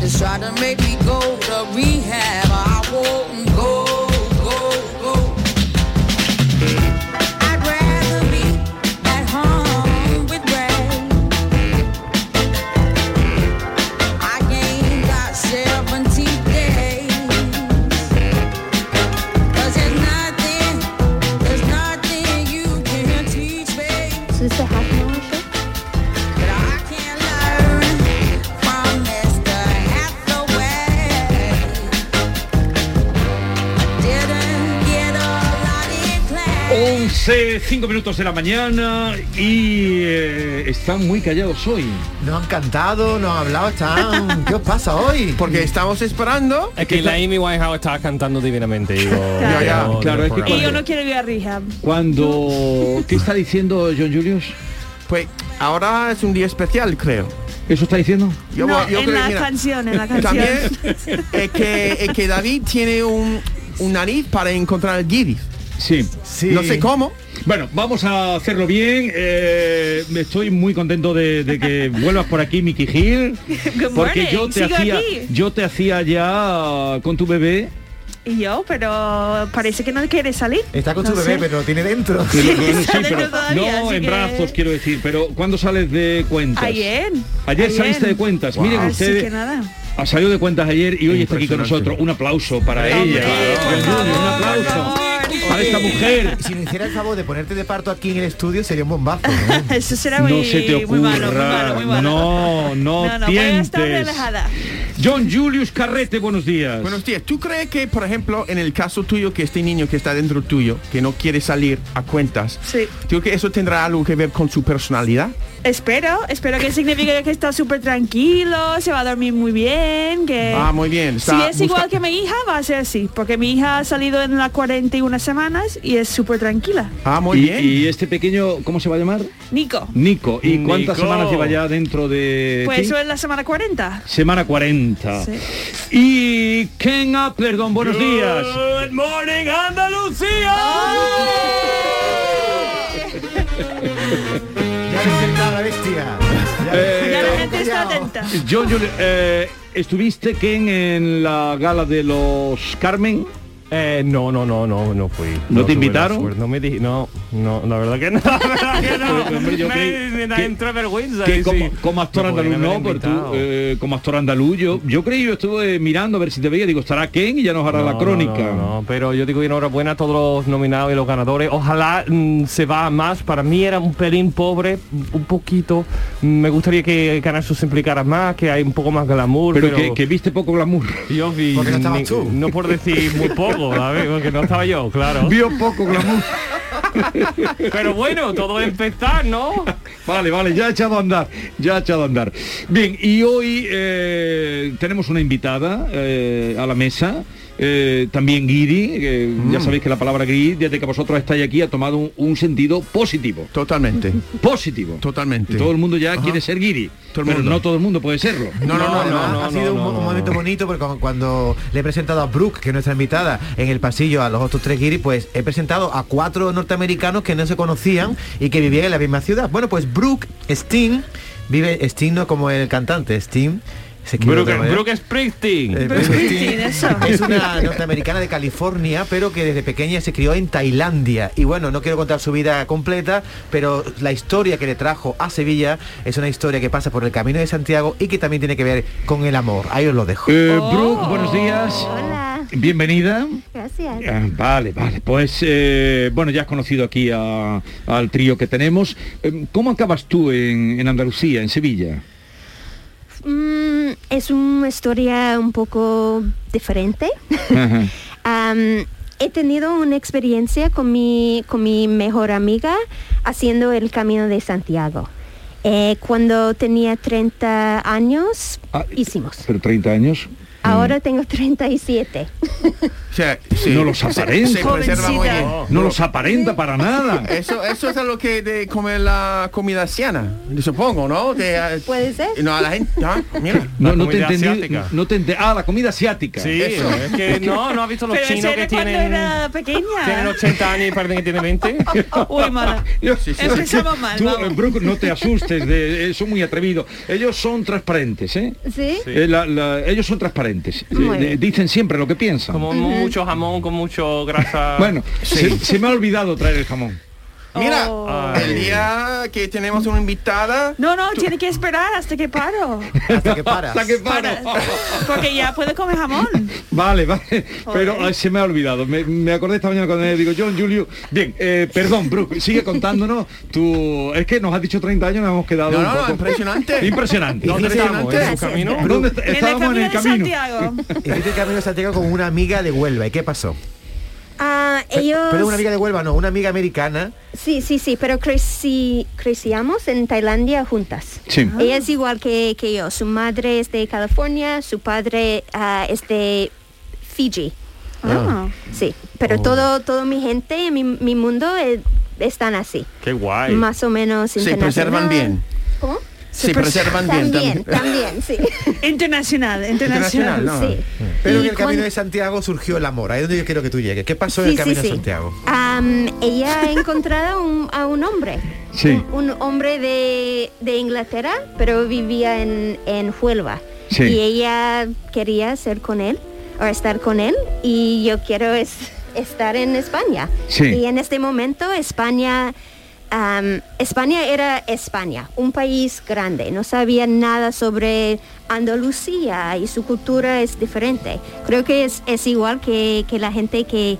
they try to make me go to rehab. I won't go, go, go. I'd rather be at home with Ray. I gained that 70 days. 'Cause there's nothing, there's nothing you can teach me. Sister half an hour But I can learn from Mr. Hathaway. I didn't get a lot in class. 11, 5 minutos de la mañana y eh, están muy callados hoy. Nos han cantado, nos han hablado, están... ¿Qué os pasa hoy? Porque estamos esperando... Es que la Amy Winehouse estaba cantando divinamente, digo. Ya, ya, digo, claro, del es que programa. Y yo no quiero ir a rehab. Cuando... ¿Qué está diciendo John Julius? Pues ahora es un día especial, creo. ¿Eso está diciendo? Mm. Yo, No, yo en creo, la mira, canción, en la canción. También es que, es que David tiene un, un nariz para encontrar el guiris. Sí. No sé cómo. Bueno, vamos a hacerlo bien. eh, me estoy muy contento de, de que vuelvas por aquí, Miki Gil. Good Porque yo morning, te sigo hacía, aquí. yo te hacía ya con tu bebé. Y yo, pero parece que no quiere salir. Está con su No bebé, sé. pero lo tiene dentro. Sí, está pero dentro todavía, no así en que- brazos quiero decir, pero ¿cuándo sales de cuentas? Ayer. Ayer saliste de cuentas. Miren Así ustedes, que nada. Ha salido Ah, de cuentas ayer y hoy está aquí con nosotros. Un aplauso para ella. John Julius, un aplauso para esta mujer. Si me hiciera el favor de ponerte de parto aquí en el estudio sería un bombazo. ¿eh? ¿no? Eso será muy, No se te muy malo, muy malo, muy ocurra. malo. No, no, no no, voy a estar tientes. relajada. John Julius Carrete, buenos días. Buenos días. ¿Tú crees que, por ejemplo, en el caso tuyo, que este niño que está dentro tuyo, que no quiere salir a cuentas, Sí. ¿tú crees que eso tendrá algo que ver con su personalidad? Espero, espero que signifique que está súper tranquilo, se va a dormir muy bien, que... Ah, muy bien. Está si es igual busca- que mi hija, va a ser así, porque mi hija ha salido en las 41 semanas y es súper tranquila. Ah, muy y, bien. y este pequeño, ¿cómo se va a llamar? Nico, Nico. ¿Y cuántas Nico. semanas lleva ya dentro de pues ti? eso es la semana 40. Semana 40. Sí. Y Ken Appler, don, buenos días. Good morning, Andalucía. Ya despertado la bestia. Ya, Eh, ya la gente está callado. atenta. John Julius, eh, ¿estuviste, Ken, en la gala de los Carmen? Eh, no, no, no, no, no fui. ¿No te tuve la invitaron? suerte, Pues No me di, no, no, la verdad que no. La verdad que Pero, hombre, yo creí me da que- entra vergüenza. Que y como, sí. como actor Me podrían andaluz, haber no, pero tú, invitado. eh, como actor andaluz, yo, yo creí, yo estuve mirando a ver si te veía, digo, estará Ken y ya nos hará la No, crónica. No, no, no, pero yo digo enhorabuena a todos los nominados y los ganadores. Ojalá mm, se va a más. Para mí era un pelín pobre, un poquito. Me gustaría que Canal Sur se implicara más, que hay un poco más glamour. Pero, que, que viste poco glamour. yo vi, Porque no estabas ni- tú. no por decir muy poco, ¿sabes? Porque no estaba yo, claro. Vio poco glamour. Pero bueno, todo empezar, ¿no? Vale, vale, ya ha echado a andar, ya ha echado a andar. Bien, y hoy eh, tenemos una invitada eh, a la mesa, eh, también Guiri, que ya Mm. sabéis que la palabra Guiri, desde que vosotros estáis aquí, ha tomado un, un sentido positivo. Totalmente. Positivo. Totalmente. Y todo el mundo ya quiere ser Guiri, Todo el pero mundo. no todo el mundo puede serlo. No, no, no, además ha no, no, sido un, no, mo- un no. momento bonito porque cu- cuando le he presentado a Brooke, que es nuestra invitada, en el pasillo a los otros tres guiris, pues he presentado a cuatro norteamericanos que no se conocían y que vivían en la misma ciudad. Bueno, pues Brooke, Sting, vive Sting no como el cantante, Sting. se escribe de Brooke, otra manera. Brooke Springsteen. Eh, Brooke Sting Springsteen, eso. Es una norteamericana de California, pero que desde pequeña se crió en Tailandia. Y bueno, no quiero contar su vida completa, pero la historia que le trajo a Sevilla es una historia que pasa por el camino de Santiago y que también tiene que ver con el amor. Ahí os lo dejo. Eh, Brooke, buenos días. Hola. Bienvenida. Gracias. Ah, Vale, vale. Pues eh, bueno, ya has conocido aquí a- al trío que tenemos. Eh, ¿Cómo acabas tú en, en Andalucía, en Sevilla? Mm, es una historia un poco diferente. Ajá. Am, he tenido una experiencia con mi, con mi mejor amiga haciendo el Camino de Santiago. Eh, cuando tenía 30 años, Ah, hicimos. Pero 30 años. Mm. Ahora tengo 37. O sea, sí. No los aparenta. Se preserva muy bien. Jovencita. No los aparenta para nada. Eso, eso es lo que de comer la comida asiana, supongo, ¿no? De, eh, Puede ser. No, a la gente. Ah, mira. No, La no te comida entendí. asiática. No te ente- Ah, la comida asiática. Sí, Eso. es que no, no has visto los Pero chinos ese que era cuando tienen, era tienen pequeña. 80 años y parecen que tienen 20. Uy, mala. Yo- sí, sí. Empezamos mal, Tú, vamos. eh, Brooke, no te asustes, de, eh, son muy atrevidos. Ellos son transparentes, ¿eh? ¿Sí? Eh, la- la- ellos son transparentes. Eh, Muy de- bien. dicen siempre lo que piensan. Como mucho jamón, con mucho grasa. Bueno, se, se me ha olvidado traer el jamón. Mira, Ay. el día que tenemos una invitada, No, no, tiene que esperar hasta que paro. Hasta que paras. Hasta que Para. paro. Porque ya puede comer jamón. Vale, vale. Pero eh, se me ha olvidado. Me, me acordé esta mañana cuando me digo John Julio. Bien, eh, perdón, Brooke, sigue contándonos. Tú, es que nos has dicho 30 años, nos hemos quedado No, un no, no, poco- impresionante. Impresionante. ¿Dónde Dice- estamos? ¿En un Gracias. camino? ¿Dónde est- En el estábamos camino en el de camino. Santiago. Hiciste el camino de Santiago con una amiga de Huelva. ¿Y qué pasó? Ah, Pe- ellos... Perdón, una amiga de Huelva, no, una amiga americana. Sí, sí, sí, pero creci- crecíamos en Tailandia juntas. Sí. Ah. Ah. Ella es igual que, que yo. Su madre es de California, su padre ah, es de Fiji. Ah. Sí, Oh. pero todo, todo mi gente, mi, mi mundo eh, están así. Qué guay. Más o menos se internacional. preservan bien. ¿Cómo? Se preservan bien También, también. también, sí. Internacional, internacional. Internacional, ¿no? Sí. Pero en Y el camino cuan- de Santiago surgió el amor. Ahí es donde yo quiero que tú llegues. ¿Qué pasó en Sí, el sí, camino sí. de Santiago? Am, ella ha encontrado un- a un hombre. Sí. Un, un hombre de, de Inglaterra, pero vivía en, en Huelva. Sí. Y ella quería ser con él, o estar con él, y yo quiero es- estar en España. Sí. Y en este momento España... am, España era España, un país grande. No sabía nada sobre Andalucía y su cultura es diferente. Creo que es, es igual que, que la gente que,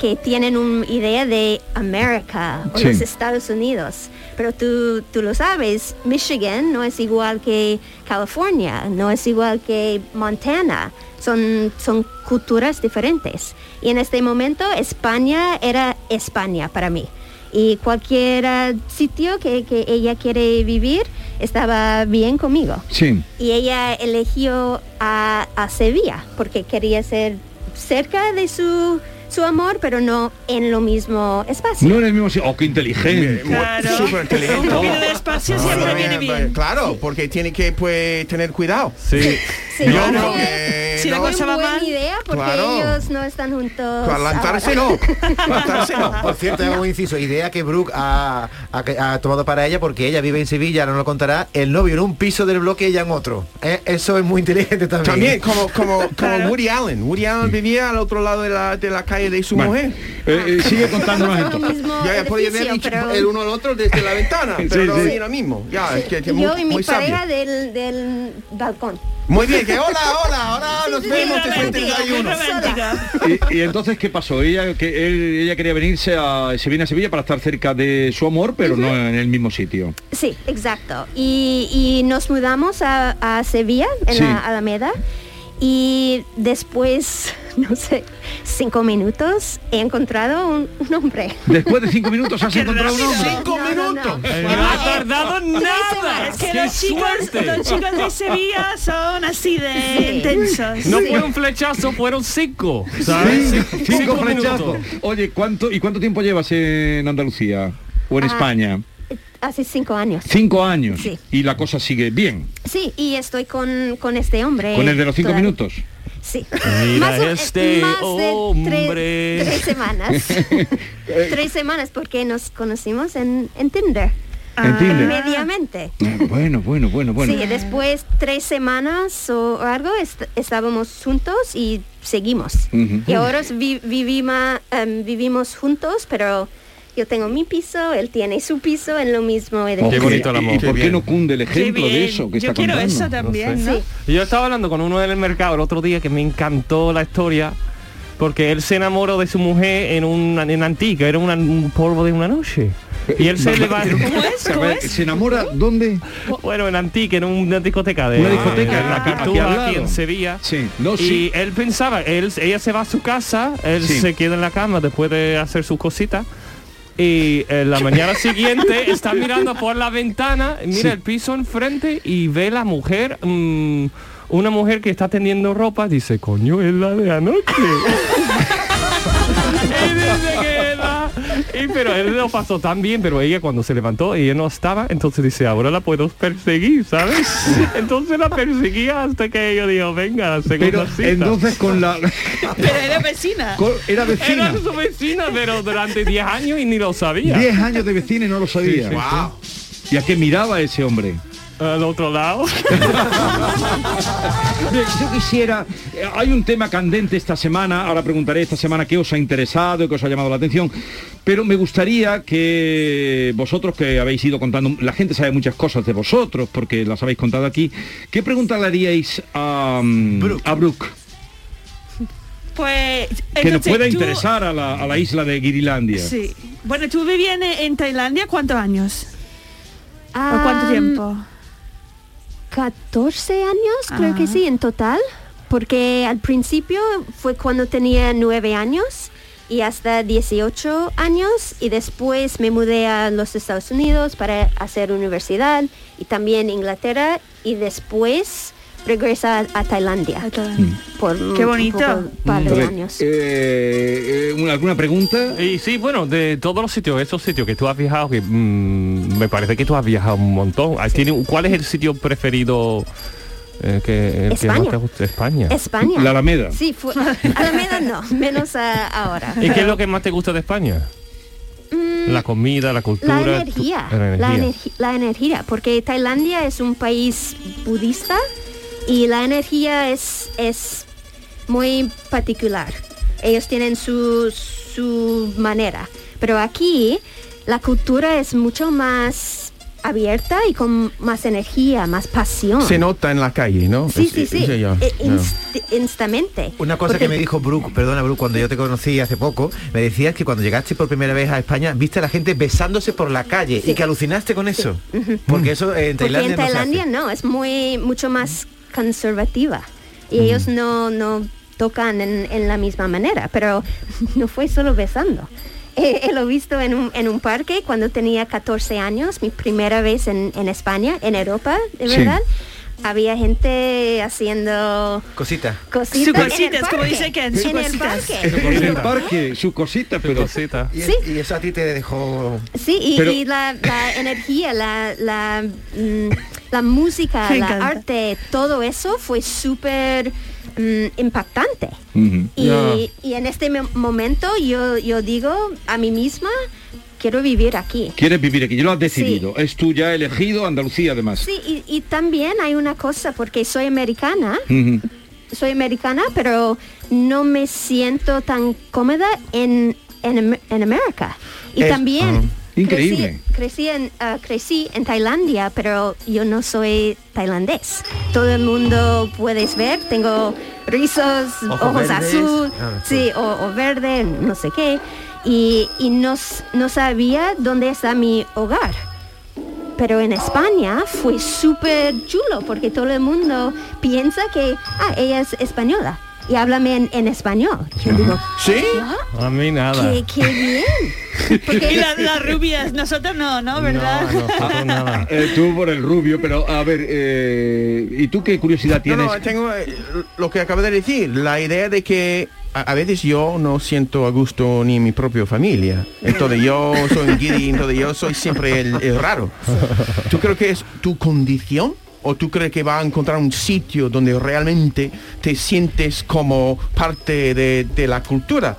que tienen una idea de América o Sí. los Estados Unidos. Pero tú, tú lo sabes, Michigan no es igual que California, no es igual que Montana. Son, son culturas diferentes. Y en este momento España era España para mí. Y cualquier sitio que, que ella quiere vivir estaba bien conmigo. Sí. Y ella eligió a, a Sevilla porque quería ser cerca de su, su amor, pero no en lo mismo espacio. No en el mismo sitio. Oh, qué inteligente. Claro. pues, Súper inteligente. Ah, Un poquito de espacio siempre viene bien. Claro, porque tiene que pues, tener cuidado. Sí, Sí. Yo creo creo que que Si la Eh, no, cosa va muy buena mal. idea porque Claro. ellos no están juntos. lanzarse ahora. no, lanzarse no. Por cierto, hago un inciso, idea que Brooke ha, ha- ha tomado para ella porque ella vive en Sevilla, ahora nos lo contará, el novio en un piso del bloque y ella en otro. Eh, Eso es muy inteligente también. También como como como Claro. Woody Allen. Woody Allen vivía al otro lado de la, de la calle de su Bueno, mujer. Ah. eh, eh, sigue Estamos contándonos en el entonces. mismo Ya, ya podía haber edificio, dicho pero el uno al otro desde la ventana, Sí, pero no sí. era mismo. Ya, es que es muy, yo y mi muy sabio. pareja del, del balcón. Muy bien, que hola, hola, ahora nos sí, vemos después del Romántica, muy desayuno. romántica. Y, y entonces, ¿qué pasó? Ella que él- ella quería venirse a se viene a Sevilla para estar cerca de su amor, pero no en el mismo sitio. Sí, exacto. Y, y nos mudamos a, a Sevilla, en Sí. la Alameda, y después, no sé, cinco minutos, he encontrado un, un hombre. Después de cinco minutos has encontrado un hombre. Cinco No, no, no. minutos. Eh, No ha tardado nada. Ah, Es que ¡Qué los chicos, suerte! los chicos de Sevilla son así de intensos. No fue un flechazo, fueron cinco. ¿Sabes? Sí, Cinco Cinco minutos. flechazos. Oye, ¿cuánto y cuánto tiempo llevas en Andalucía o en Ah. España? Hace cinco años. Cinco años. Sí. Y la cosa sigue bien. Sí, y estoy con, con este hombre. Con el de los cinco todavía. minutos. Sí. Mira o- eh, este tre- hombre. tres semanas. tres semanas porque nos conocimos en, en Tinder. En Tinder. Mediamente. Ah, Bueno, bueno, bueno, bueno. Sí, después tres semanas o o algo est- estábamos juntos y seguimos. Ujú. Y ahora vi- vivima- em, vivimos juntos, pero yo tengo mi piso, él tiene su piso en lo mismo Oh, edificio. Qué bonito el ¿y- amor. ¿Y por Qué qué bien. no cunde el Qué ejemplo de bien. eso que Yo está quiero contando? eso también, ¿no? Sí. Yo estaba hablando con uno en el mercado el otro día que me encantó la historia porque él se enamoró de su mujer en una en antica, era una- un polvo de una noche. Y él se le va es? Eh, ¿Cómo A ver, es? ¿Se enamora dónde? bueno en antica, en una discoteca de Una discoteca, Ah, en la aquí- aquí Cartuja, al aquí, lado. en Sevilla. Sí. No, y sí. él pensaba, él, ella se va a su casa, él Sí. se queda en la cama después de hacer sus cositas y eh, la mañana siguiente está mirando por la ventana, mira el piso enfrente y ve la mujer, mm, una mujer que está tendiendo ropa, dice, coño, es la de anoche. y dice que es la- y pero él lo pasó tan bien, pero ella cuando se levantó, ella no estaba, entonces dice, ahora la puedo perseguir, ¿sabes? Entonces la perseguía hasta que ella dijo, venga, segunda Pero cita. entonces con la... Pero era vecina. con- era vecina. Era su vecina, pero durante 10 años y ni lo sabía. 10 años de vecina y no lo sabía. Sí, sí, ¿Y a qué miraba ese hombre? Al otro lado. Bien, Yo quisiera, eh, hay un tema candente esta semana, ahora preguntaré esta semana qué os ha interesado y qué os ha llamado la atención, pero me gustaría que vosotros que habéis ido contando, la gente sabe muchas cosas de vosotros porque las habéis contado aquí, ¿qué pregunta le haríais a, mm, Brooke. a Brooke? Pues Que nos entonces, pueda tú- interesar a la, a la isla de Guirilandia. Sí. Bueno, tú vivías en, en Tailandia cuántos años? ¿O cuánto Am, tiempo? 14 años, creo que Ajá. sí, en total. Porque al principio fue cuando tenía 9 años y hasta 18 años y después me mudé a los Estados Unidos para hacer universidad y también Inglaterresa y después regresa a, a Tailandia A Tailandia. Mm. por un- Qué bonito. Mm. Un poco, par de Entonces, años. eh, eh, una- ¿Alguna pregunta? Y sí, bueno, de todos los sitios, esos sitios que tú has viajado, que mm, me parece que tú has viajado un montón. Ah, ¿tiene- ¿Cuál es el sitio preferido eh, que, el que más España. te gusta? España. España. La Alameda. Sí, fue, Alameda no, menos ah, ahora. ¿Y qué es lo que más te gusta de España? Mm, La comida, la cultura. La tu- energía, la La, energía. energi- la energía, porque Tailandia es un país budista y la energía es, es muy particular. Ellos tienen su, su manera, pero aquí la cultura es mucho más abierta y con más energía, más pasión. Se nota en la calle, ¿no? sí, Es- sí, es- sí, ya, eh, ya. inst- instantamente. Una cosa Porque- que me dijo Brooke, perdona Brooke, cuando yo te conocí hace poco, me decías que cuando llegaste por primera vez a España viste a la gente besándose por la calle y que alucinaste con eso. Porque eso eh, en Porque Tailandia, en Tailandia no, no, es muy mucho más conservativa y ellos no, no tocan en, en la misma manera, pero no fue solo besando. Eh, eh, lo he visto en un, en un parque cuando tenía 14 años, mi primera vez en, en España, en Europa, de Sí. verdad. Había gente haciendo se hace. Cosita. cositas. Su en el cositas, como parque, dice Ken, su En el cositas. parque. En el parque, su cosita, pero... Cosita. Y, Sí. y eso a ti te dejó... Sí, y, Pero- y la, la energía, la, la, mm, la música, Me la encanta. arte, todo eso fue súper mm, impactante. Ujú. Y, y en este mo- momento yo, yo digo a mí misma, quiero vivir aquí. Quieres vivir aquí, ya lo has decidido. Es tú ya elegido Andalucía además. Sí, y, y también hay una cosa, porque soy americana, Ujú. soy americana, pero no me siento tan cómoda en, en, Am- en América. Y Es- también... Ajá. crecí- Increíble. Crecí, en, ah, crecí en Tailandia, pero yo no soy tailandés. Todo el mundo puedes ver, tengo rizos, Ojos ojos, verdes. azul, Ah, sí, o, o verde, no sé qué. Y, y no, s- no sabía dónde está mi hogar. Pero en España fue súper chulo porque todo el mundo piensa que, ah, ella es española y háblame en, en español. Yo digo, ¿Sí? A mí nada. qué, qué bien. Y Porque la- las rubias, nosotros no, Ah, ¿no? ¿Verdad? No, nosotros nada. Eh, tú por el rubio, pero a ver, eh, ¿y tú qué curiosidad No, tienes? no, tengo eh, lo que acabo de decir, la idea de que a, a veces yo no siento a gusto ni en mi propia familia. Entonces yo soy un guiri, entonces yo soy siempre el, el raro. Ah, ¿Tú crees que es tu condición? ¿O tú crees que va a encontrar un sitio donde realmente te sientes como parte de, de la cultura?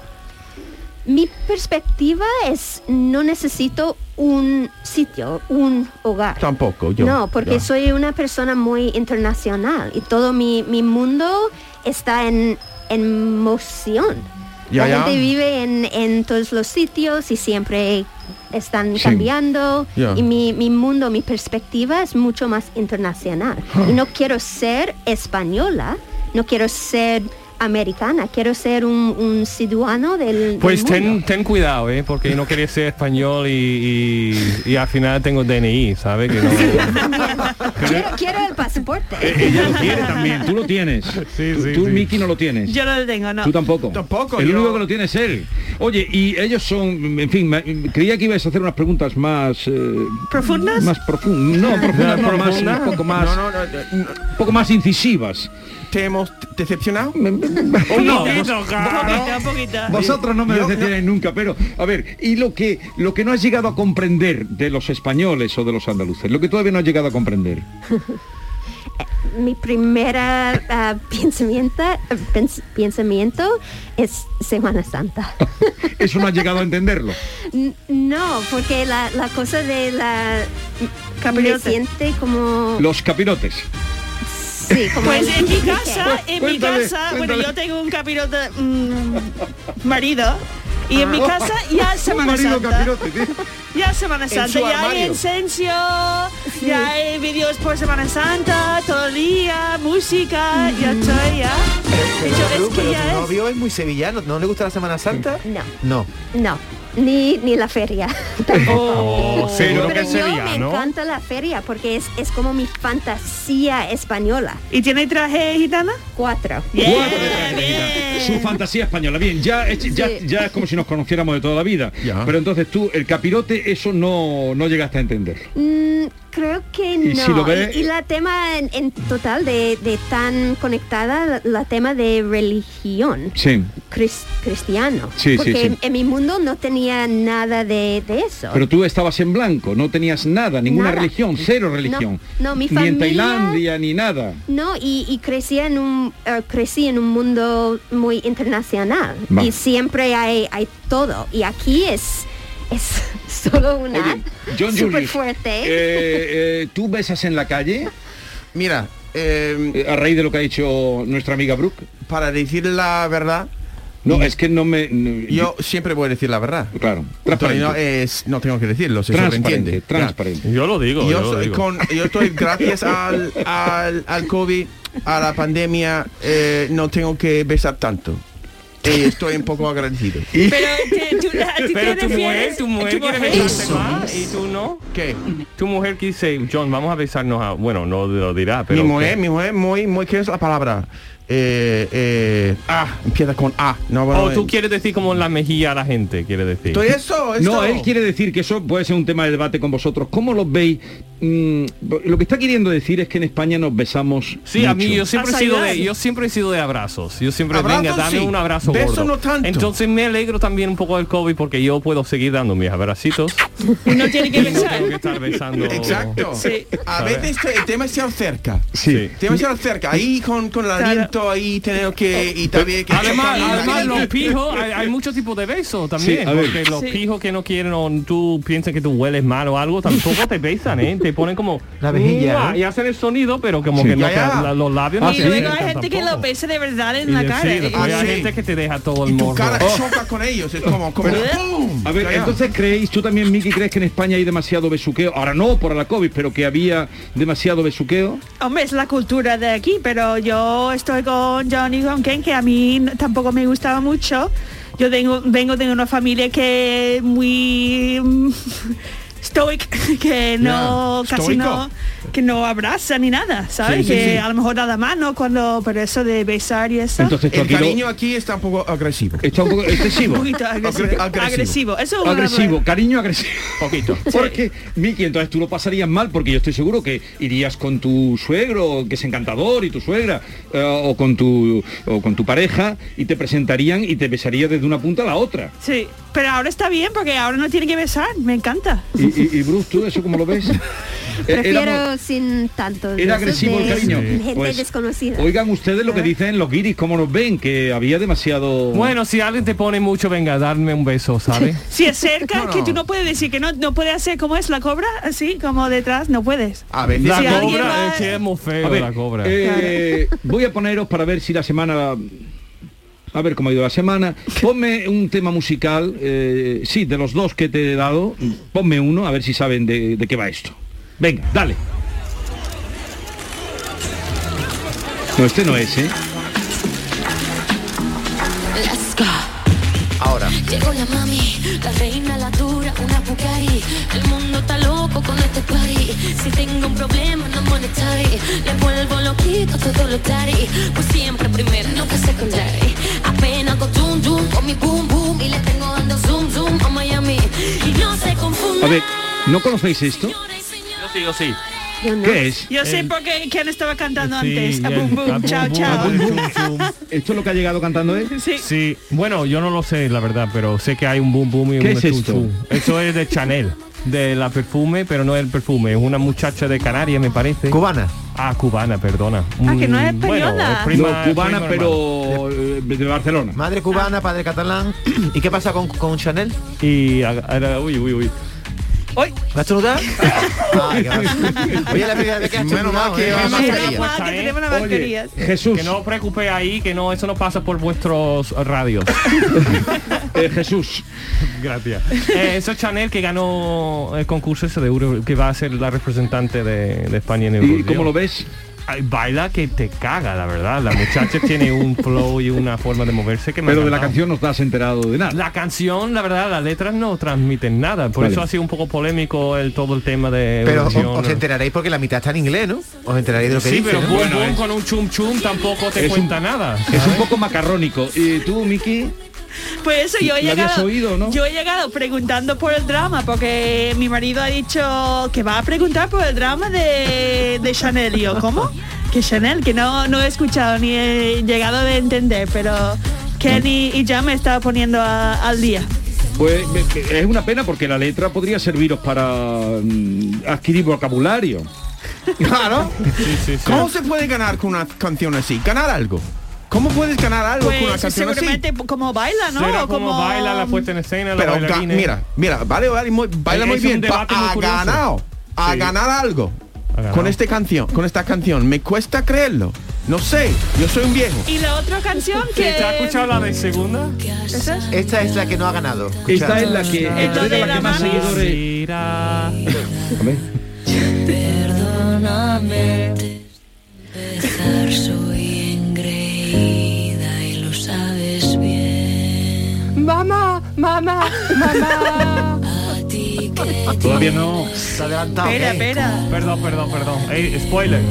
mi perspectiva es, no necesito un sitio, un hogar. Tampoco, yo. no, porque Ya. soy una persona muy internacional y todo mi, mi mundo está en, en moción. Ya, La ya. gente vive en, en todos los sitios y siempre están Sí. cambiando Ya. y mi, mi mundo, mi perspectiva es mucho Ah. más internacional. Y no quiero ser española, no quiero ser americana, quiero ser un, un ciudadano del, Pues del ten, mundo. ten cuidado, ¿eh? porque no quería ser español y, y- y al final tengo DNI, ¿sabes? Que no... Quiero, quiero el pasaporte. Ella lo tiene también, tú lo tienes. tú, tú, Miki, no lo tienes. Yo no lo tengo, no. Tú tampoco. Tampoco, El yo- único que lo tiene es él. Oye, y ellos son, en fin, me- creía que ibas a hacer unas preguntas más eh, ¿Profundas? más profundas, no, profundas, no, más, Profunda. un poco más, No, no, no, no, no. un poco más incisivas. ¿Te hemos decepcionado? No, poquito, Poquita, poquita. Vosotros no me Yo- decepcionáis nunca, pero a ver, y lo que lo que no has llegado a comprender de los españoles o de los andaluces, lo que todavía no has llegado a comprender. Eh, Mi primera ah, pensamiento, pens- pensamiento es Semana Santa. Eso no has llegado a entenderlo. N- No, porque la, la cosa de la... Me Capirote. siente como... Los capirotes. Sí, como Pues el- en mi casa, en mi Cuéntale, casa, cuéntale. bueno, yo tengo un capirote mm, marido y Ah. en mi casa ya es Semana Ah. marido Santa. capirote, tío. Ya es Semana Santa, su ya hay armario. encencio, ya hay vídeos por Semana Santa, todo el día, música, ya estoy ya. De hecho, Pero es tú, que pero tu ya es. novio es muy sevillano, ¿no le gusta la Semana Santa? No, No. no, ni, ni la feria. Oh, seguro Pero que yo sería, me ¿no? encanta la feria porque es, es como mi fantasía española. ¿Y tiene traje gitana? Cuatro. Bien, Cuatro de traje, mira. Su fantasía española. Bien, ya es, ya, Sí. ya es como si nos conociéramos de toda la vida. Ya. Pero entonces tú, el capirote, eso no, no llegaste a entenderlo. Mm, creo que no. Y si lo ve- y, y la tema en, en total de, de tan conectada, la, la tema de religión Sí. cris- cristiano. Sí, sí, porque sí. en mi mundo no tenía nada de, de eso. Pero tú estabas en blanco, no tenías nada, ninguna Nada. religión, cero religión. no, mi Ni en familia- Tailandia, ni nada. No, y, y crecí, en un, eh, crecí en un mundo muy internacional Va. y siempre hay, hay todo. Y aquí es, es solo una Oye, John súper Julius, fuerte. eh, eh, ¿Tú besas en la calle? Mira, eh, Eh, A raíz de lo que ha dicho nuestra amiga Brooke. para decir la verdad, No, es que no me... no, yo siempre voy a decir la verdad. Claro, Entonces, transparente. no, es, no tengo que decirlo, se transparente, sobreentiende. transparente. Yo lo digo, Yo, yo, lo soy digo. con, yo estoy gracias al, al, al COVID, a la pandemia, eh, no tengo que besar tanto. Eh, estoy un poco agradecido. Pero te- tú, a ti te Pero tu mujer, refieres- tu mujer quiere besarte más y tú no. ¿Qué? Tu mujer dice, John, vamos a besarnos a... Bueno, no lo dirá, pero... mi mujer, mi mujer, muy, muy, ¿qué es la palabra? Eh, eh, ah, empieza con A. No, bueno, O tú eh, quieres decir como en la mejilla a la gente, quiere decir. Estoy eso, esto. No, él quiere decir que eso puede ser un tema de debate con vosotros. ¿Cómo lo veis? Mm, lo que está queriendo decir es que en España nos besamos Sí, a mí mucho. yo siempre he Has sido de ayudado. yo siempre he sido de abrazos. Yo siempre Abrazos, venga, dame sí. un abrazo Beso gordo. no tanto. Entonces me alegro también un poco del COVID porque yo puedo seguir dando mis abracitos. Uno tiene que Y no tengo que besar. estar besando. Exacto. Sí. A veces te- demasiado cerca. Sí. Demasiado cerca. Ahí con, con el Claro. aliento, ahí tener que. Y también que. Eh, Además, chocar. además los pijos, hay, hay muchos tipos de besos también, Sí, a ver. porque los Sí. pijos que no quieren o tú piensas que tú hueles mal o algo, tampoco te besan, ¿eh? Te ponen como La vejilla, "Mua", ¿eh? y hacen el sonido, pero como Sí. que no Ya, ya. te- la- los labios no Y te luego besan hay gente que lo tampoco. besa de verdad en Y la de- cara. eh. sí, después Ah, hay sí. gente que te deja todo el Y tu morro. cara Oh. choca con ellos. Es como. como ¿Eh? ¡pum! A ver, Ya, ya. entonces creéis, tú también, Miki, crees que en España hay demasiado besuqueo. Ahora no por la COVID, pero que había demasiado besuqueo. Hombre, es la cultura de aquí, pero yo estoy con John y con Ken, que a mí n- tampoco me gustaba mucho. Yo tengo, vengo de una familia que es muy mm, stoic, que no, Ya, casi no, estoico. que no abraza ni nada, ¿sabes? Sí, sí, que sí. a lo mejor nada más, ¿no? Cuando, pero eso de besar y eso. Entonces tú El aquí lo- cariño aquí está un poco agresivo. está un poco un excesivo. poquito agresivo. Agre- agresivo. agresivo. Eso es una agresivo, cariño agresivo. Poquito. Porque, Miki, entonces tú lo pasarías mal porque yo estoy seguro que irías con tu suegro, que es encantador, y tu suegra, eh, o, con tu, o con tu pareja, y te presentarían y te besarías desde una punta a la otra. Sí, pero ahora está bien porque ahora no tiene que besar, me encanta. Y, y- y, Bruce, ¿tú eso cómo lo ves? Eh, Prefiero éramos- sin tanto. Era agresivo el cariño. Gente Pues, desconocida. Oigan ustedes lo que dicen los guiris, cómo nos ven, que había demasiado... Bueno, si alguien te pone mucho, venga, darme un beso, ¿sabes? Si es cerca, No, no. que tú no puedes decir que no, no puedes hacer como es la cobra, así como detrás, no puedes. A veces. La Si alguien cobra va- es que es muy feo, A ver, la cobra. eh, voy a poneros para ver si la semana... A ver cómo ha ido la semana. Ponme un tema musical, eh, sí, de los dos que te he dado, ponme uno, a ver si saben de, de qué va esto. Venga, dale. No, este no es, ¿eh? Ahora. Llegó la mami, la reina, la dura, una bucari. El mundo está loco con este party. Si tengo un problema, no monetary. Le vuelvo loquito todo lo daddy. Pues siempre primero, nunca secondary. Apenas con zoom zoom, con mi boom boom. Y le tengo dando zoom zoom a Miami. Y no se A confundan. ver, ¿no conocéis esto? Yo sí, yo sí. ¿Qué es? Yo sé El- por qué quién estaba cantando Sí, antes. A ya- boom, boom, a boom, chao, boom, chao. a boom, boom, zoom. ¿Esto es lo que ha llegado cantando él? Sí. Sí, bueno, yo no lo sé, la verdad, pero sé que hay un boom boom y ¿Qué un es zoom, esto? zoom. Eso es de Chanel, de la perfume, pero no es el perfume, es una muchacha de Canarias, me parece. Cubana. Ah, cubana, perdona. Ah, que no es Mm, bueno, española. es prima- no, cubana, prima hermana. pero eh, de Barcelona. Madre cubana, padre catalán. ¿Y qué pasa con, con Chanel? Y a- a- uy, uy, uy. Hoy, ¿Me has estornudado? Ay, qué gracioso. Oye, la primera vez que has Menos mal estornudado, que ¿eh? llevas menos mascarilla. mal que Está, ¿eh? tenemos las Oye, mascarillas. Jesús, Que no os preocupéis ahí, que no, eso no pasa por vuestros radios. eh, Jesús, Gracias. Eh, eso es Chanel que ganó el concurso ese de Euro, que va a ser la representante de, de España en Euro. ¿y cómo lo ves? Baila que te caga, la verdad. La muchacha tiene un flow y una forma de moverse que me ha Pero de la encantado. canción no estás enterado de nada. La canción, la verdad, las letras no transmiten nada. Por Vale. eso ha sido un poco polémico el todo el tema de Pero os, Eurovisión. os enteraréis porque la mitad está en inglés, ¿no? Os enteraréis de lo que Sí, dice, pero eh. ¿no? boom, Bueno, boom es- con un chum chum tampoco te Es un- cuenta nada. Es un poco macarrónico. ¿Y tú, Miki? Pues eso, yo he ¿Lo habías llegado. oído, no? Yo he llegado preguntando por el drama, porque mi marido ha dicho que va a preguntar por el drama de, de Chanel. Y yo, ¿cómo? Que Chanel, que no, no he escuchado ni he llegado de entender, pero Kenny y ya me estaba poniendo a- al día. Pues me- me- es una pena porque la letra podría serviros para mm, adquirir vocabulario. Claro. Sí, sí, sí. ¿Cómo se puede ganar con una canción así? ¿Ganar algo? ¿Cómo puedes ganar algo con una Pues canción así? seguramente como baila, ¿no? Será O como baila la puesta en escena, la Pero ga- bailarina. mira, mira, vale, vale, muy, baila Es- muy es un bien. pa- debate muy Ha curioso. ganado. A Sí. ganar algo. Ha ganado. Con esta canción, con esta canción. Me cuesta creerlo. No sé, yo soy un viejo. Y la otra canción que... ¿Te has escuchado la de segunda? ¿Esa es? Esta es la que no ha ganado. Escuchad. Esta es la que, esta es de la la Eh, que más mami. seguidores. Mira. A ver. Perdóname dejar soy engreída y lo sabes bien. Mamá, mamá, mamá. A ti que Todavía no. Se ha levantado. Espera, ¿eh? espera. perdón, perdón, perdón. Ey, spoiler.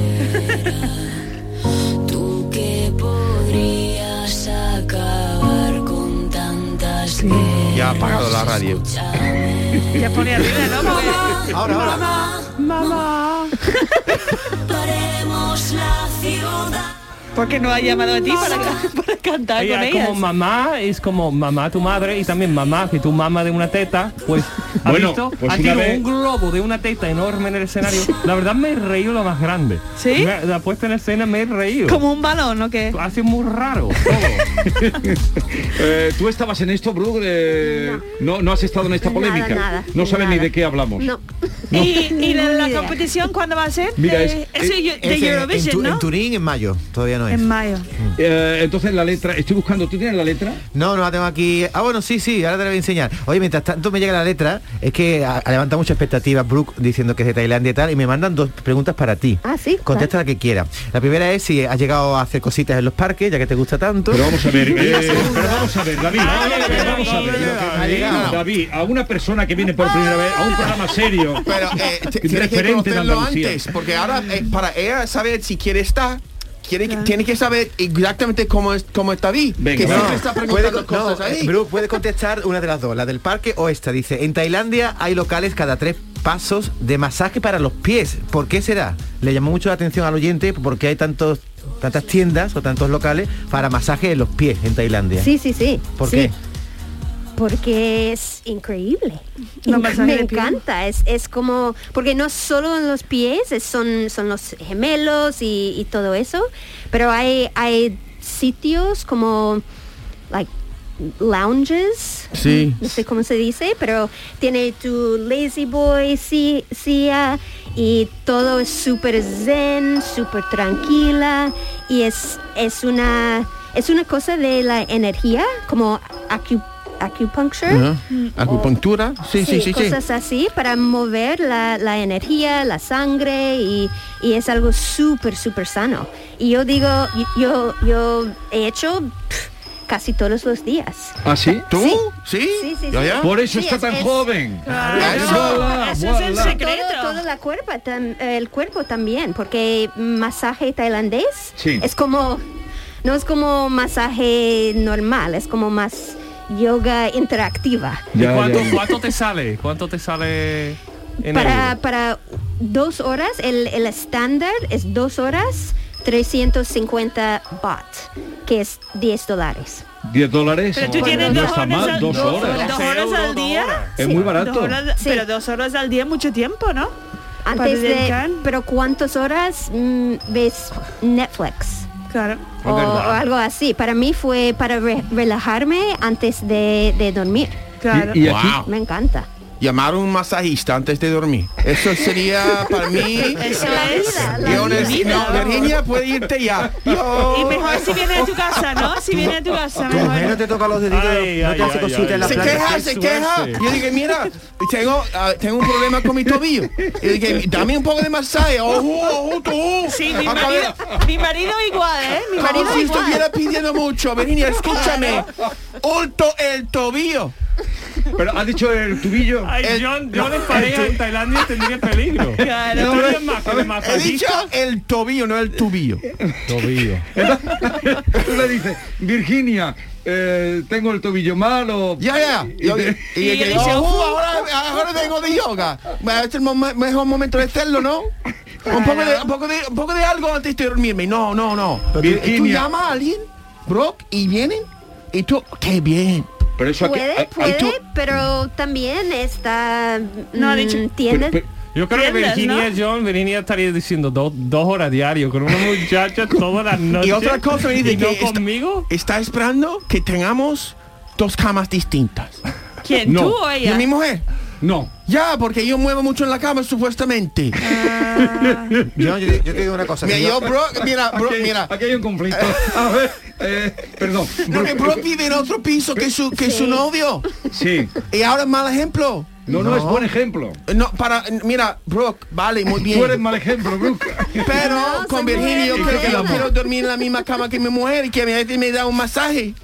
tú que podrías acabar con tantas que Ya ha apagado la radio. Ya ponía arriba, ¿no? pues. Porque- Ahora, ahora. paremos la ciudad. Porque no ha llamado a ti para, ca- para cantar Ella con es como ellas. mamá, es como mamá tu madre y también mamá, que tu mamá de una teta, pues ha Bueno, visto, pues una ha tenido vez- un globo de una teta enorme en el escenario. La verdad me he reído lo más grande. ¿Sí? Me- la puesta en escena me he reído. Como un balón, ¿o qué? Ha sido muy raro. todo. Eh, ¿Tú estabas en esto, Brug? Eh, no. no, has estado en esta polémica. Nada, nada, no sabes ni nada. de qué hablamos. No. ¿Y, y la, la Ni idea. competición cuándo va a ser? Mira, de, es- eso yo- Es de en- en, Eurovision, Tu- ¿no? en Turín en mayo. Todavía no es. En mayo. Eh, entonces la letra, estoy buscando, ¿tú tienes la letra? No, no la tengo aquí. Ah, bueno, sí, sí, ahora te la voy a enseñar. Oye, mientras tanto me llega la letra, es que ha, ha levantado mucha expectativa Brooke diciendo que es de Tailandia y tal, y me mandan dos preguntas para ti. Ah, sí, Contesta la que quiera. La primera es si has llegado a hacer cositas en los parques, ya que te gusta tanto. Pero vamos a ver, eh, pero vamos a ver, David, pero vamos a ver, Lo que me ha llegado. David, a una persona que viene por primera vez a un programa serio, Pero eh, t- tienes que referente de conocerlo Andalucía. antes, porque ahora eh, para ella saber si quiere estar, quiere, que- tiene que saber exactamente cómo es cómo está Vi. Venga, que va. siempre está Puede, preguntando co- no, cosas ahí. eh, Brooke, puede contestar una de las dos, la del parque o esta. Dice, en Tailandia hay locales cada tres pasos de masaje para los pies. ¿Por qué será? Le llamó mucho la atención al oyente porque hay tantos tantas tiendas o tantos locales para masaje en los pies en Tailandia. Sí, sí, sí. ¿Por sí. qué? Porque es increíble. No, Inc- masaje me de piel. encanta. Es, es como, porque no solo en los pies, es- son, son los gemelos y, y todo eso, pero hay, hay sitios como, like, lounges. Sí. No sé cómo se dice, pero tiene tu lazy boy, si- silla, y todo es súper zen, súper tranquila, y es, es, una, es una cosa de la energía, como acu- ¿Eh? acupuncture. Mm. Ajá. Acupuntura. Sí, sí, sí, sí. cosas así para mover la, la energía, la sangre y, y es algo súper, súper sano. Y yo digo, yo, yo he hecho pff, casi todos los días. ¿Ah, sí? ¿Tú? Sí. ¿Sí? Sí, sí, ¿Ya, sí. ya? Por eso Sí, está es- tan es- joven. Claro, eso Pues es el Voilà. secreto. Todo, todo la cuerpa, tam- el cuerpo también, porque masaje tailandés Sí. es como, no es como masaje normal, es como más yoga interactiva. ¿Y Ya, cuánto, ya, ya. cuánto te sale? ¿Cuánto te sale en Para, euro? para dos horas, el el estándar es dos horas 350 baht, que es 10 dólares. 10 dólares. Pero tú tienes no dos está horas, mal, al, dos horas. dos Dos horas euros, al dos día. horas. Es muy Dos barato. horas- Sí. Pero dos horas al día, mucho tiempo, ¿no? Para Antes de, dedicar. pero ¿cuántas horas mm, ves Netflix? Claro. o, o algo así. Para mí fue para re- relajarme antes de, de dormir. Claro. Y, y aquí, Wow. Me encanta. Llamar a un masajista antes de dormir. Eso sería para mí. Eso La es. vida, la Yo vida. neces- no, Virginia puede irte ya. Yo- Y mejor si viene de tu casa, ¿no? Si viene de tu casa, Tu mujer no mejor. te toca los deditos, Ay, no te ay, hace ay, cosita ay. en la se planta. queja, qué se suerte. queja. Yo dije, mira, tengo, ah, tengo un problema con mi tobillo. Y dije, dame un poco de masaje. Ojo, ojo, tú. Sí, mi Acabé- marido, mi marido igual, ¿eh? Mi Como marido Ah, si igual. estuviera pidiendo mucho. Virginia, escúchame. Ulto el tobillo. pero has dicho el tubillo. Ay, el- yo, yo no, le pareja en Tailandia tendría peligro. Claro. Todavía más que de He dicho masajista. el tobillo, no el tubillo. Tú le dices, Virginia, eh, tengo el tobillo malo. Ya, ya. Yo- y- y- Y y- él dice, ojo, "Ujú". ahora, ahora vengo de yoga. Es el mom- mejor momento de hacerlo, ¿no? Un poco, de, un, poco de, un poco de algo antes de dormirme. No, no, no. Pero Tú- Virginia- Tú llamas a alguien, Brock, y vienen. Y tú, qué bien. Pero eso aquí. Puede, ay, ay, puede, tú- pero también está... No, ha dicho- mm, tiene- pero- Yo creo que ¿Entiendes, Virginia no? John, Virginia estaría diciendo dos, dos horas diario con una muchacha todas las noches. Y otra cosa me ¿Y dice no que está- conmigo. está esperando que tengamos dos camas distintas. ¿Quién? No. ¿Tú o Y ella? mi mujer. No. Ya, porque yo muevo mucho en la cama, supuestamente. Ah. Yo, yo, yo te digo una cosa. Mira, que yo, yo- Brock, mira, Brock, Aquí- mira. Aquí hay un conflicto. A ver, eh, perdón. No, que Brock vive en otro piso que su, que su novio. Sí. Y ahora es mal ejemplo. No, no, es buen ejemplo. No, para, mira, Brock, vale, muy bien. Tú eres mal ejemplo, Brooke. Pero No, soy con Virginia yo buena. creo que Yo yo amo. quiero dormir en la misma cama que mi mujer y que me, me da un masaje.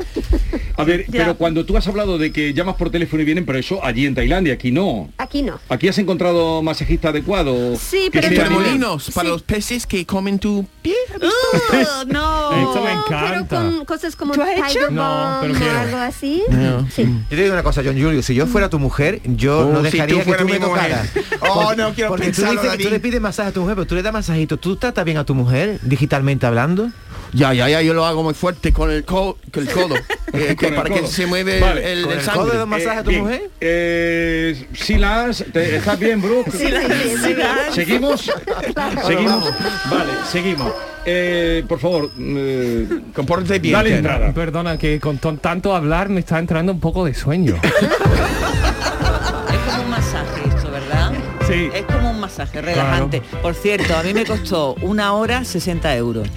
A ver, Ya. pero cuando tú has hablado de que llamas por teléfono y vienen, pero eso allí en Tailandia, aquí no. Aquí no. ¿Aquí has encontrado masajista adecuado? Sí, Que pero sea Para también- nivel. molinos, para Sí. los peces que comen tu pie. Uh, Esto me no. ¡Oh, No, pero encanta. con cosas como ¿Tú has Tiger hecho? Bomb No, pero o quiero. algo así. Sí. Yo te digo una cosa, John Julio, si yo fuera tu mujer, yo Oh, no si dejaría tú que Mm. tú fueras me mi mujer. tocaras. Oh, Porque- no quiero Porque tú, pensarlo, dices que tú David. le pides masaje a tu mujer, pero tú le das masajito. ¿Tú tratas bien a tu mujer digitalmente hablando? Ya, ya, ya, yo lo hago muy fuerte con el, co- con el codo. eh, que Con el para que codo. se mueve el- Vale, el, ¿Con el el codo sangre. le das masaje a tu Bien, mujer? eh, sí, las, te- ¿estás bien, Brooke? ¿Seguimos? Seguimos. Vale, seguimos. Eh, por favor, eh, Compórtate bien. dale Ken. entrada. Perdona, que con ton- tanto hablar me está entrando un poco de sueño. Es como un masaje esto, ¿verdad? Sí. Es como un masaje relajante. Por cierto, a mí me costó una hora 60 euros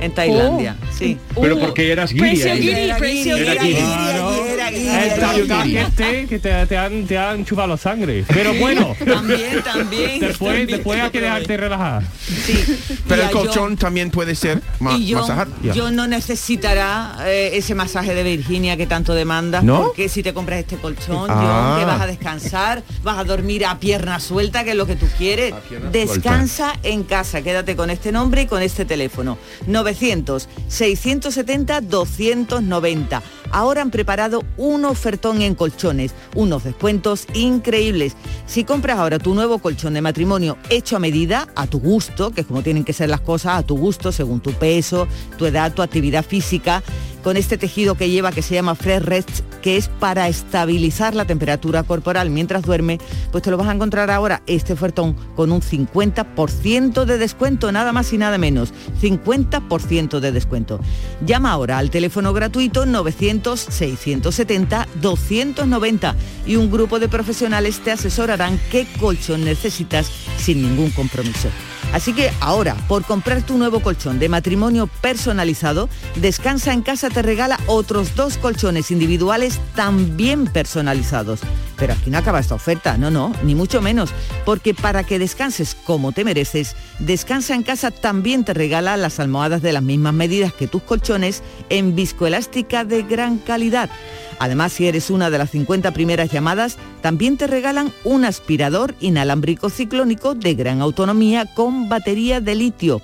en Tailandia. Sí. Pero porque eras guiri Precio ahí. guiri, Era precio guiri. guiri. Claro. El tantán que esté, que te, te han, te han chupado la sangre. Pero bueno, También, también. después, también. después hay que dejarte relajar. Sí. Pero Y el a John- colchón también puede ser ma- y yo, masajar. Ya. yo no necesitará eh, ese masaje de Virginia que tanto demandas, ¿No? porque si te compras este colchón, Ah. John, que vas a descansar, vas a dormir a pierna suelta, que es lo que tú quieres. pierna Descansa en casa, quédate con este nombre y con este teléfono. 900 670 290. Ahora han preparado un ofertón en colchones, unos descuentos increíbles. Si compras ahora tu nuevo colchón de matrimonio hecho a medida, a tu gusto, que es como tienen que ser las cosas, a tu gusto, según tu peso, tu edad, tu actividad física, con este tejido que lleva que se llama Fresh Rest, que es para estabilizar la temperatura corporal mientras duerme, pues te lo vas a encontrar ahora este ofertón con un 50% de descuento, nada más y nada menos, 50% de descuento. Llama ahora al teléfono gratuito 900-670-290 y un grupo de profesionales te asesorarán qué colchón necesitas sin ningún compromiso. Así que ahora, por comprar tu nuevo colchón de matrimonio personalizado, Descansa en casa te regala otros dos colchones individuales también personalizados. pero aquí no acaba esta oferta, no, no, ni mucho menos, porque para que descanses como te mereces, Descansa en casa también te regala las almohadas de las mismas medidas que tus colchones en viscoelástica de gran calidad. Además, si eres una de las 50 primeras llamadas, también te regalan un aspirador inalámbrico ciclónico de gran autonomía con batería de litio.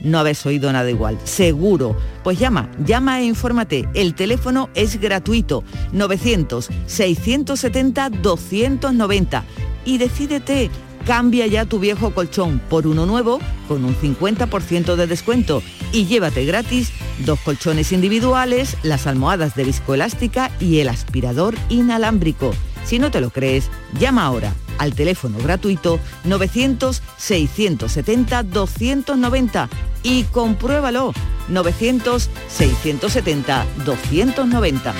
No habéis oído nada igual, seguro. Pues llama, llama e infórmate. El teléfono es gratuito, 900-670-290. Y decídete, cambia ya tu viejo colchón por uno nuevo con un 50% de descuento y llévate gratis dos colchones individuales, las almohadas de viscoelástica y el aspirador inalámbrico. Si no te lo crees, llama ahora al teléfono gratuito 900-670-290 y compruébalo 900-670-290.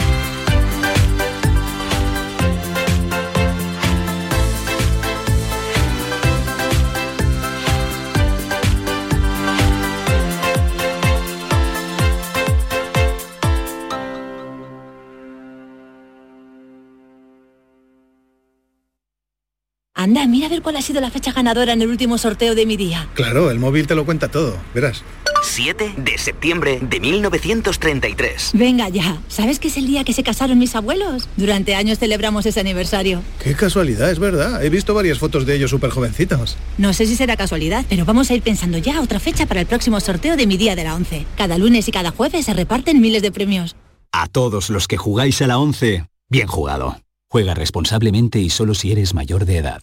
Anda, mira a ver cuál ha sido la fecha ganadora en el último sorteo de mi día. Claro, el móvil te lo cuenta todo, verás. 7 de septiembre de 1933. Venga ya, ¿sabes que es el día que se casaron mis abuelos? Durante años celebramos ese aniversario. Qué casualidad, es verdad. He visto varias fotos de ellos súper jovencitos. No sé si será casualidad, pero vamos a ir pensando ya otra fecha para el próximo sorteo de mi día de la 11. Cada lunes y cada jueves se reparten miles de premios. A todos los que jugáis a la 11, bien jugado. Juega responsablemente y solo si eres mayor de edad.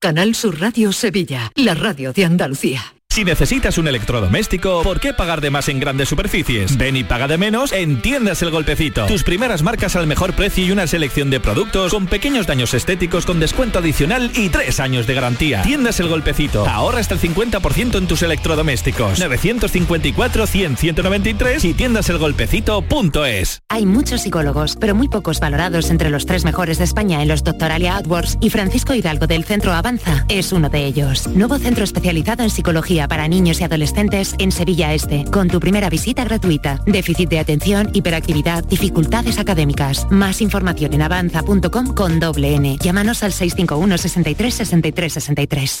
Canal Sur Radio Sevilla, la radio de Andalucía. Si necesitas un electrodoméstico, ¿por qué pagar de más en grandes superficies? Ven y paga de menos en Tiendas El Golpecito. Tus primeras marcas al mejor precio y una selección de productos con pequeños daños estéticos con descuento adicional y tres años de garantía. Tiendas El Golpecito. Ahorra hasta el 50% en tus electrodomésticos. 954-100-193 y tiendaselgolpecito.es. Hay muchos psicólogos, pero muy pocos valorados entre los tres mejores de España en los Doctoralia AdWords y Francisco Hidalgo del Centro Avanza es uno de ellos. Nuevo centro especializado en psicología para niños y adolescentes en Sevilla Este, con tu primera visita gratuita. Déficit de atención, hiperactividad, dificultades académicas. Más información en avanza.com con doble N. Llámanos al 651 63 63 63.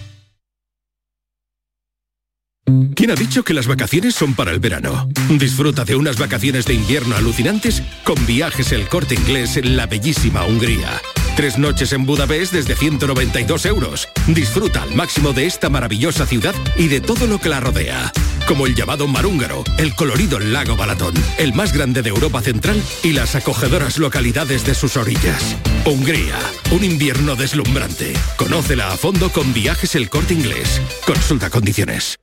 ¿Quién ha dicho que las vacaciones son para el verano? Disfruta de unas vacaciones de invierno alucinantes con viajes el corte inglés en la bellísima Hungría. Tres noches en Budapest desde 192 euros. Disfruta al máximo de esta maravillosa ciudad y de todo lo que la rodea. Como el llamado Mar Húngaro, el colorido lago Balatón, el más grande de Europa Central y las acogedoras localidades de sus orillas. Hungría, un invierno deslumbrante. Conócela a fondo con viajes el corte inglés. Consulta condiciones.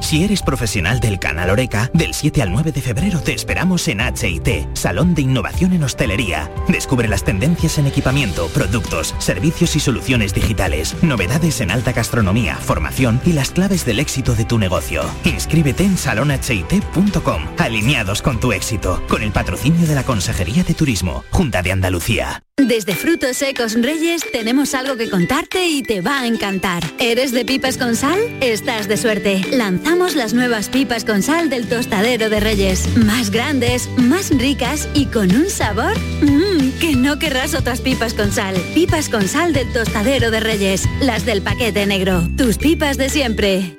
Si eres profesional del canal Oreca, del 7 al 9 de febrero te esperamos en HIT, Salón de Innovación en Hostelería. Descubre las tendencias en equipamiento, productos, servicios y soluciones digitales, novedades en alta gastronomía, formación y las claves del éxito de tu negocio. Inscríbete en salonhit.com, alineados con tu éxito, con el patrocinio de la Consejería de Turismo, Junta de Andalucía. Desde Frutos Secos Reyes tenemos algo que contarte y te va a encantar. ¿Eres de pipas con sal? Estás de suerte. Lanzamos las nuevas pipas con sal del tostadero de Reyes. Más grandes, más ricas y con un sabor mmm, que no querrás otras pipas con sal. Pipas con sal del tostadero de Reyes, las del paquete negro. Tus pipas de siempre.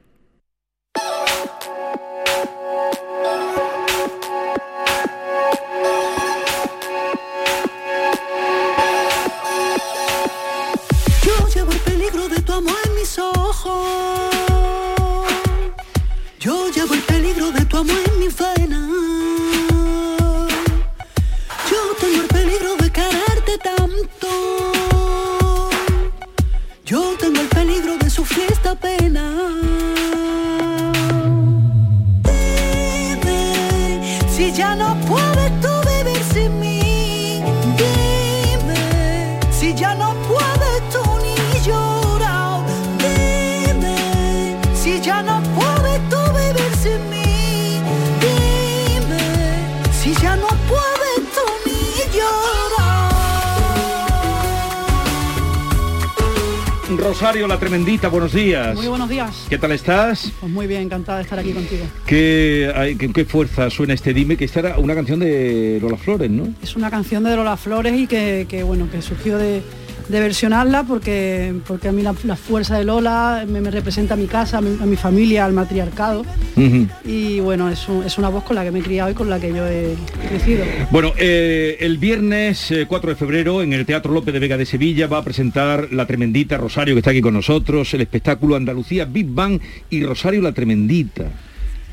Yo llevo el peligro de tu amor en mis ojos. Yo llevo el peligro de tu amor en mi faena. Yo tengo el peligro de quererte tanto. Yo tengo el peligro de sufrir esta pena. Dime si ya no puedes tú vivir sin mí. Dime si ya no puedes tú ni llorar. Dime si ya no puedes tú vivir sin mí. Dime si ya no puedes tú ni llorar. Rosario, la tremendita, buenos días. Muy buenos días. ¿Qué tal estás? Pues muy bien, encantada de estar aquí contigo. ¿Qué, ay, qué, qué fuerza suena este dime? Que esta era una canción de Lola Flores, ¿no? Es una canción de Lola Flores y que, que, bueno, que surgió de, de versionarla porque, porque a mí la, la fuerza de Lola me, me representa a mi casa, a mi, a mi familia, al matriarcado. Y bueno, es, un- es una voz con la que me he criado y con la que yo he crecido. Bueno, eh, el viernes eh, 4 de febrero en el Teatro López de Vega de Sevilla va a presentar la tremendita Rosario que está aquí con nosotros, el espectáculo Andalucía Big Bang y Rosario la tremendita.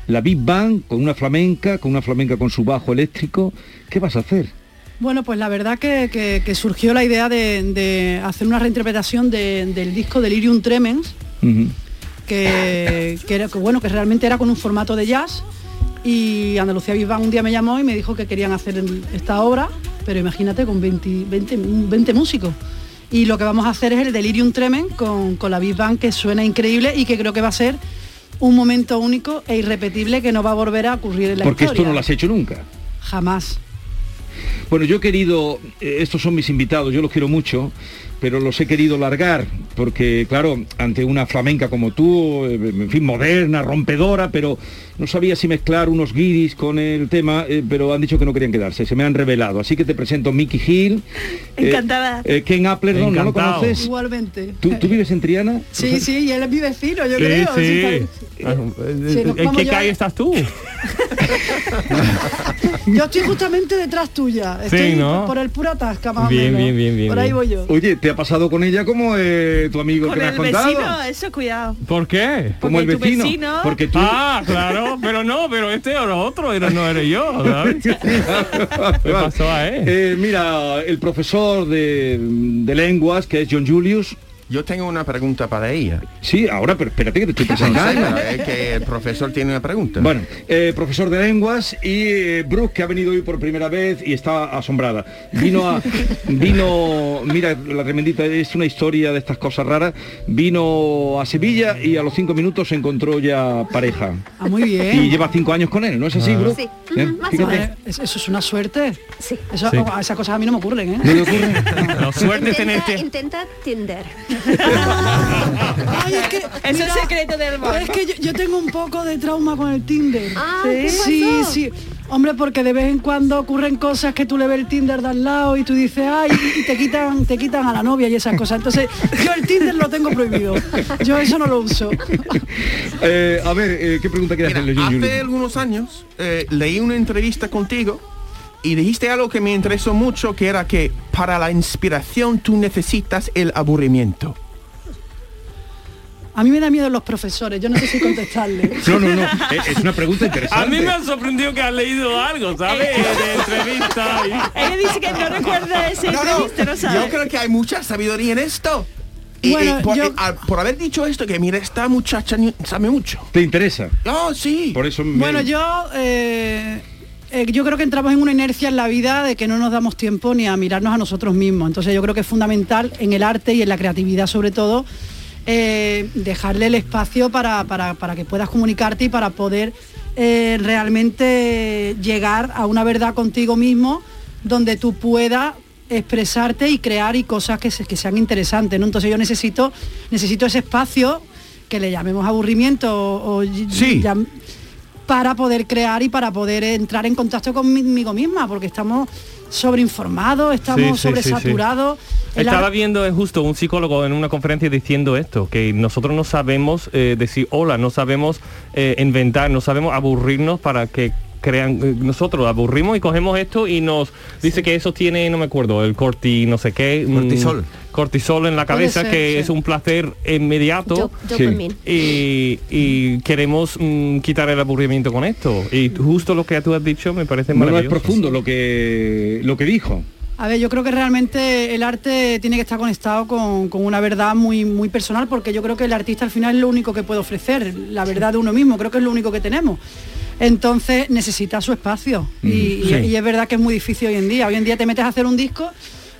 La Big Bang con una flamenca, con una flamenca con su bajo eléctrico. ¿Qué vas a hacer? Bueno, pues la verdad que, que- que surgió la idea de, de hacer una reinterpretación de- del disco Delirium Tremens, que, que era, que, bueno, que realmente era con un formato de jazz. Y Andalucía Viva un día me llamó y me dijo que querían hacer el- esta obra, pero imagínate con 20, 20 20 músicos. Y lo que vamos a hacer es el Delirium Tremen con, con la Big Bang, que suena increíble y que creo que va a ser un momento único e irrepetible que no va a volver a ocurrir en la Porque historia. esto no lo has hecho nunca. Jamás. Bueno, yo he querido, eh, estos son mis invitados, yo los quiero mucho, pero los he querido largar, porque claro, ante una flamenca como tú, eh, en fin, moderna, rompedora, pero no sabía si mezclar unos guiris con el tema, eh, pero han dicho que no querían quedarse, se me han revelado. Así que te presento Mickey Hill. eh, Encantada. eh, Ken Appleton, ¿no lo conoces? Igualmente. ¿Tú, tú vives en Triana? Sí, sí, y él es mi vecino, yo creo. sí, tal- Sí, nos ¿En vamos qué ya. calle estás tú? Yo estoy justamente detrás tuya. Sí, Estoy ¿no? por el pura tasca, más o Bien, menos. bien, bien, bien, Por ahí bien. voy yo. Oye, ¿te ha pasado con ella como eh, tu amigo Con que me el has contado? vecino, Ah, eso cuidado. ¿Por qué? Porque Como el tu vecino. vecino- Porque tú... Ah, claro, pero no, pero este era otro, era, no era yo. ¿sabes? ¿Qué pasó a él? Eh, mira, el profesor de, de lenguas, que es John Julius. Yo tengo una pregunta para ella. Sí, ahora, pero espérate que te estoy No, pensando. no, es que el profesor tiene una pregunta. Bueno, eh, profesor de lenguas y eh, Brooke que ha venido hoy por primera vez y está asombrada. Vino a, vino, mira, la tremendita es una historia de estas cosas raras. Vino a Sevilla y a los cinco minutos se encontró ya pareja. Ah, muy bien. Ah. Y lleva cinco años con él, ¿no es así, Brooke? ¿Eh? Fíjate. Joder, es- Eso es una suerte. Sí. Eso, Sí. Esas cosas a mí no me ocurren, ¿eh? ¿No le ocurre? La suerte es tener que- Intenta Tinder. Ay, es que, Es el secreto del amor. Es que yo, yo tengo un poco de trauma con el Tinder. Ah, sí, ¿qué sí, pasó? sí. Hombre, porque de vez en cuando ocurren cosas que tú le ves el Tinder de al lado y tú dices, ay, y te quitan, te quitan a la novia y esas cosas. Entonces, yo el Tinder lo tengo prohibido. Yo eso no lo uso. Eh, a ver, eh, ¿qué pregunta quieres hacerle, John Julius? Hace algunos años eh, leí una entrevista contigo y dijiste algo que me interesó mucho, que era que para la inspiración tú necesitas el aburrimiento. A mí me da miedo los profesores, yo no sé si contestarle. No, no, no, Eh, es- es una pregunta interesante. Eh, A mí me ha sorprendido que has leído algo, ¿sabes? De entrevista. y- Ella dice que no recuerda ese No, no, entrevista, no sabe. Yo creo que hay mucha sabiduría en esto. Y, Bueno, y por, yo- y al- por haber dicho esto, que mira, esta muchacha ni- sabe mucho. ¿Te interesa? Oh, sí. Por eso me- Bueno, yo eh, eh, yo creo que entramos en una inercia en la vida de que no nos damos tiempo ni a mirarnos a nosotros mismos. Entonces yo creo que es fundamental en el arte y en la creatividad sobre todo eh, dejarle el espacio para, para- para que puedas comunicarte y para poder eh, realmente llegar a una verdad contigo mismo donde tú puedas expresarte y crear y cosas que, se- que sean interesantes. ¿no? Entonces yo necesito, necesito ese espacio que le llamemos aburrimiento o, o ll- llam- para poder crear y para poder entrar en contacto conmigo misma, porque estamos sobreinformados, estamos sí, sí, sí. sobresaturados. El Estaba ar- viendo eh, justo un psicólogo en una conferencia diciendo esto, que nosotros no sabemos eh, decir hola, no sabemos eh, inventar, no sabemos aburrirnos para que crean eh, nosotros aburrimos y cogemos esto y nos dice que eso tiene no me acuerdo el corti no sé qué mm, Cortisol. cortisol en la Puede cabeza ser, que sí. es un placer inmediato Dop- dopamine. y, y queremos mm, quitar el aburrimiento con esto y justo lo que tú has dicho me parece No, no, es maravilloso profundo lo que lo que dijo A ver, yo creo que realmente el arte tiene que estar conectado con, con una verdad muy, muy personal, porque yo creo que el artista al final es lo único que puede ofrecer, la verdad de uno mismo, creo que es lo único que tenemos. Entonces necesita su espacio. Y, y- Sí. y es verdad que es muy difícil hoy en día. Hoy en día te metes a hacer un disco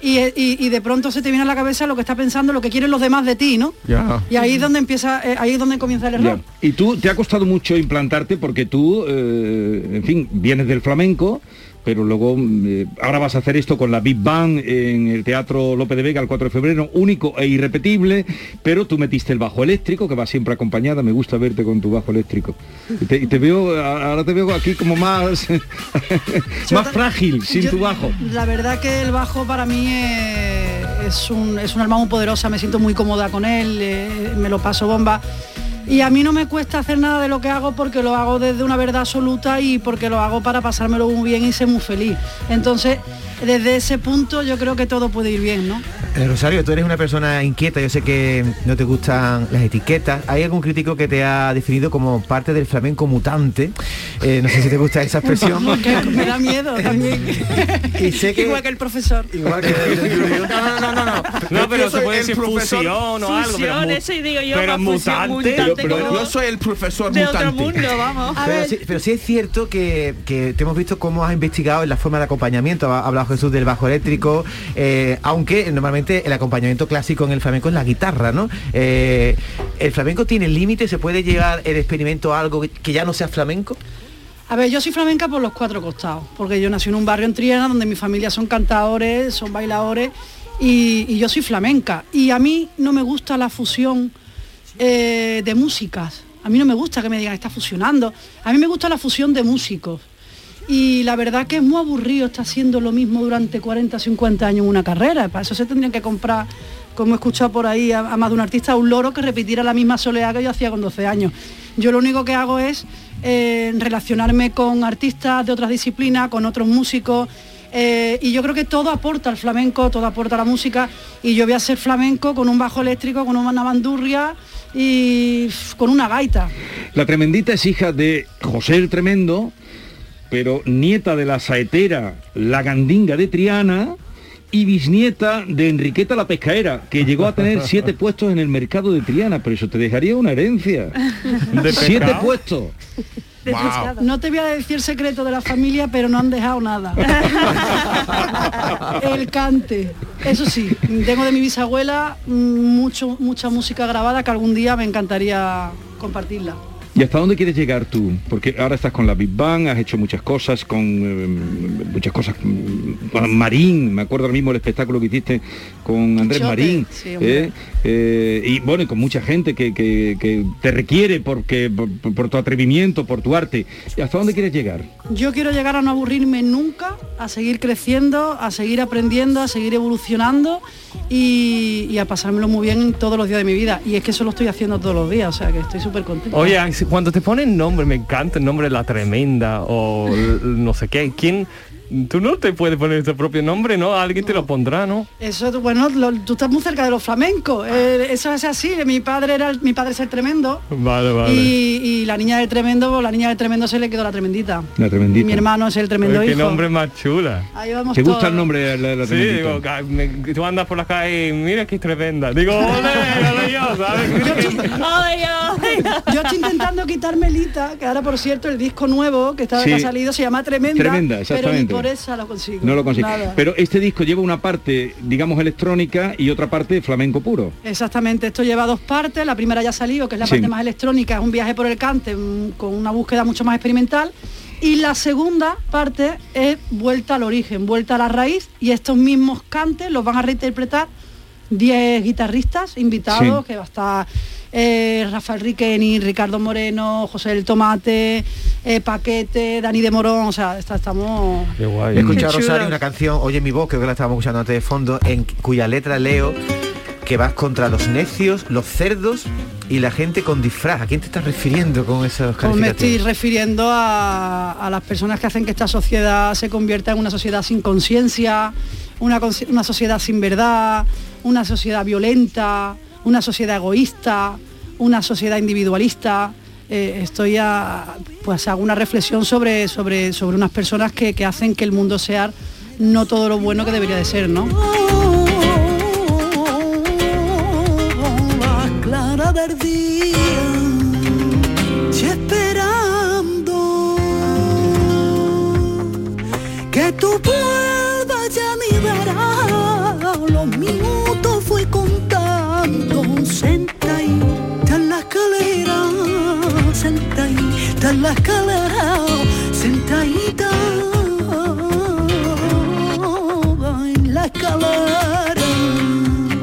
y, e, y- y de pronto se te viene a la cabeza lo que está pensando, lo que quieren los demás de ti, ¿no? ya Y ahí es donde empieza, eh, ahí es donde comienza el error. Ya. Y tú te ha costado mucho implantarte porque tú, eh, en fin, vienes del flamenco, pero luego mm, eh, ahora vas a hacer esto con la Big Bang en el Teatro López de Vega el 4 de febrero, único e irrepetible, pero tú metiste el bajo eléctrico, que va siempre acompañada, me gusta verte con tu bajo eléctrico. Y te, y te veo, a- ahora te veo aquí como más, más frágil, sin Yo- tu bajo. La verdad que el bajo para mí eh, es, un, es un arma muy poderosa, me siento muy cómoda con él, eh, me lo paso bomba. Y a mí no me cuesta hacer nada de lo que hago porque lo hago desde una verdad absoluta y porque lo hago para pasármelo muy bien y ser muy feliz. Entonces, desde ese punto yo creo que todo puede ir bien, ¿no? Eh, Rosario, tú eres una persona inquieta, yo sé que no te gustan las etiquetas. ¿Hay algún crítico que te ha definido como parte del flamenco mutante? Eh, no sé si te gusta esa expresión. Que me da miedo también. Y sé que- Igual que el profesor. Igual que No, pero Yo se soy puede el decir profesor. fusión o algo. Pero, Fusión, mu- eso y digo yo, pero más fusión, mutante. mutante pero- pero- como- yo soy el profesor De otro mutante. mundo, vamos. A Pero ver. sí, pero sí es cierto que, que te hemos visto cómo has investigado en la forma de acompañamiento. Ha ha hablado Jesús del bajo eléctrico, eh, aunque normalmente el acompañamiento clásico en el flamenco es la guitarra, ¿no? Eh, ¿El flamenco tiene límites? ¿Se puede llevar el experimento a algo que- que ya no sea flamenco? A ver, yo soy flamenca por los cuatro costados, porque yo nací en un barrio en Triana donde mi familia son cantadores, son bailadores y, y yo soy flamenca. Y a mí no me gusta la fusión eh, de músicas. A mí no me gusta que me digan, está fusionando. A mí me gusta la fusión de músicos. Y la verdad que es muy aburrido estar haciendo lo mismo durante 40, 50 años en una carrera. Para eso se tendrían que comprar, como he escuchado por ahí a, a más de un artista, un loro que repitiera la misma soledad que yo hacía con 12 años. Yo lo único que hago es eh, relacionarme con artistas de otras disciplinas, con otros músicos. eh, y yo creo que todo aporta al flamenco, todo aporta a la música. Y yo voy a hacer flamenco con un bajo eléctrico, con una bandurria y pf, con una gaita. La tremendita es hija de José el Tremendo, pero nieta de la saetera La Gandinga de Triana y bisnieta de Enriqueta la Pescaera, que llegó a tener siete puestos en el mercado de Triana, pero eso te dejaría una herencia. siete pescado? puestos. De Wow. pescado. No te voy a decir el secreto de la familia, pero no han dejado nada. Eh, el cante. Eso sí, tengo de mi bisabuela mm, mucho, mucha música grabada que algún día me encantaría compartirla. ¿Y hasta dónde quieres llegar tú? Porque ahora estás con la Big Bang, has hecho muchas cosas, con eh, muchas cosas mm, con Marín, me acuerdo ahora mismo el espectáculo que hiciste con Andrés Chope, Marín, sí, hombre. ¿eh? Eh, y bueno, y con mucha gente que, que- que te requiere porque, por, por tu atrevimiento, por tu arte. ¿Y hasta dónde quieres llegar? Yo quiero llegar a no aburrirme nunca, a seguir creciendo, a seguir aprendiendo, a seguir evolucionando y, y a pasármelo muy bien todos los días de mi vida. Y es que eso lo estoy haciendo todos los días, o sea que estoy súper contenta. Oye, ay, si- cuando te ponen nombre, me encanta el nombre La Tremenda o l- no sé qué. ¿Quién? Tú no te puedes poner tu propio nombre, ¿no? Alguien te lo pondrá, ¿no? Eso, tú- bueno, lo- tú estás muy cerca de los flamencos. eh, eso es así. Mi padre era, el- mi padre es el tremendo. Vale, vale. Y, y la niña del tremendo, pues, la niña del tremendo se le quedó la tremendita. La tremendita. Mi hermano es el tremendo Oye, Qué hijo. nombre más chula. Ahí vamos ¿Te gusta todos. el nombre de la, de la Sí, tremendita? digo, ca- me- tú andas por la calle y mira qué tremenda. Digo, ole, ole yo, ¿sabes? Mira que- Yo estoy intentando quitarme Lita, que ahora por cierto el disco nuevo que, está, que Sí. ha salido se llama Tremenda. Tremenda, pero ni exactamente. por esa lo consigo. No lo consigue. Nada. Pero este disco lleva una parte, digamos, electrónica y otra parte flamenco puro. Exactamente, esto lleva dos partes, la primera ya ha salido, que es la Sí. parte más electrónica, es un viaje por el cante mm, con una búsqueda mucho más experimental. Y la segunda parte es vuelta al origen, vuelta a la raíz, y estos mismos cantes los van a reinterpretar 10 guitarristas invitados, Sí. que va a estar eh, Rafael Riqueni, Ricardo Moreno, José del Tomate, eh, Paquete, Dani de Morón, o sea, está- estamos... Qué guay. He escuchado a Qué Rosario chulo. una canción, Oye mi voz, creo que la estábamos escuchando antes de fondo, en cuya letra leo que vas contra los necios, los cerdos y la gente con disfraz. ¿A quién te estás refiriendo con esos Pues me estoy calificativos? refiriendo a, a las personas que hacen que esta sociedad se convierta en una sociedad sin conciencia, una, consci- una sociedad sin verdad, una sociedad violenta, una sociedad egoísta, una sociedad individualista. Eh, estoy a, pues hago una reflexión sobre, sobre, sobre unas personas que, que hacen que el mundo sea no todo lo bueno que debería de ser, ¿no? clara del día y esperando que tú vuelvas ya mi verás los minutos fui contando senta ahí está en la escalera senta ahí está en la escalera senta ahí está en la escalera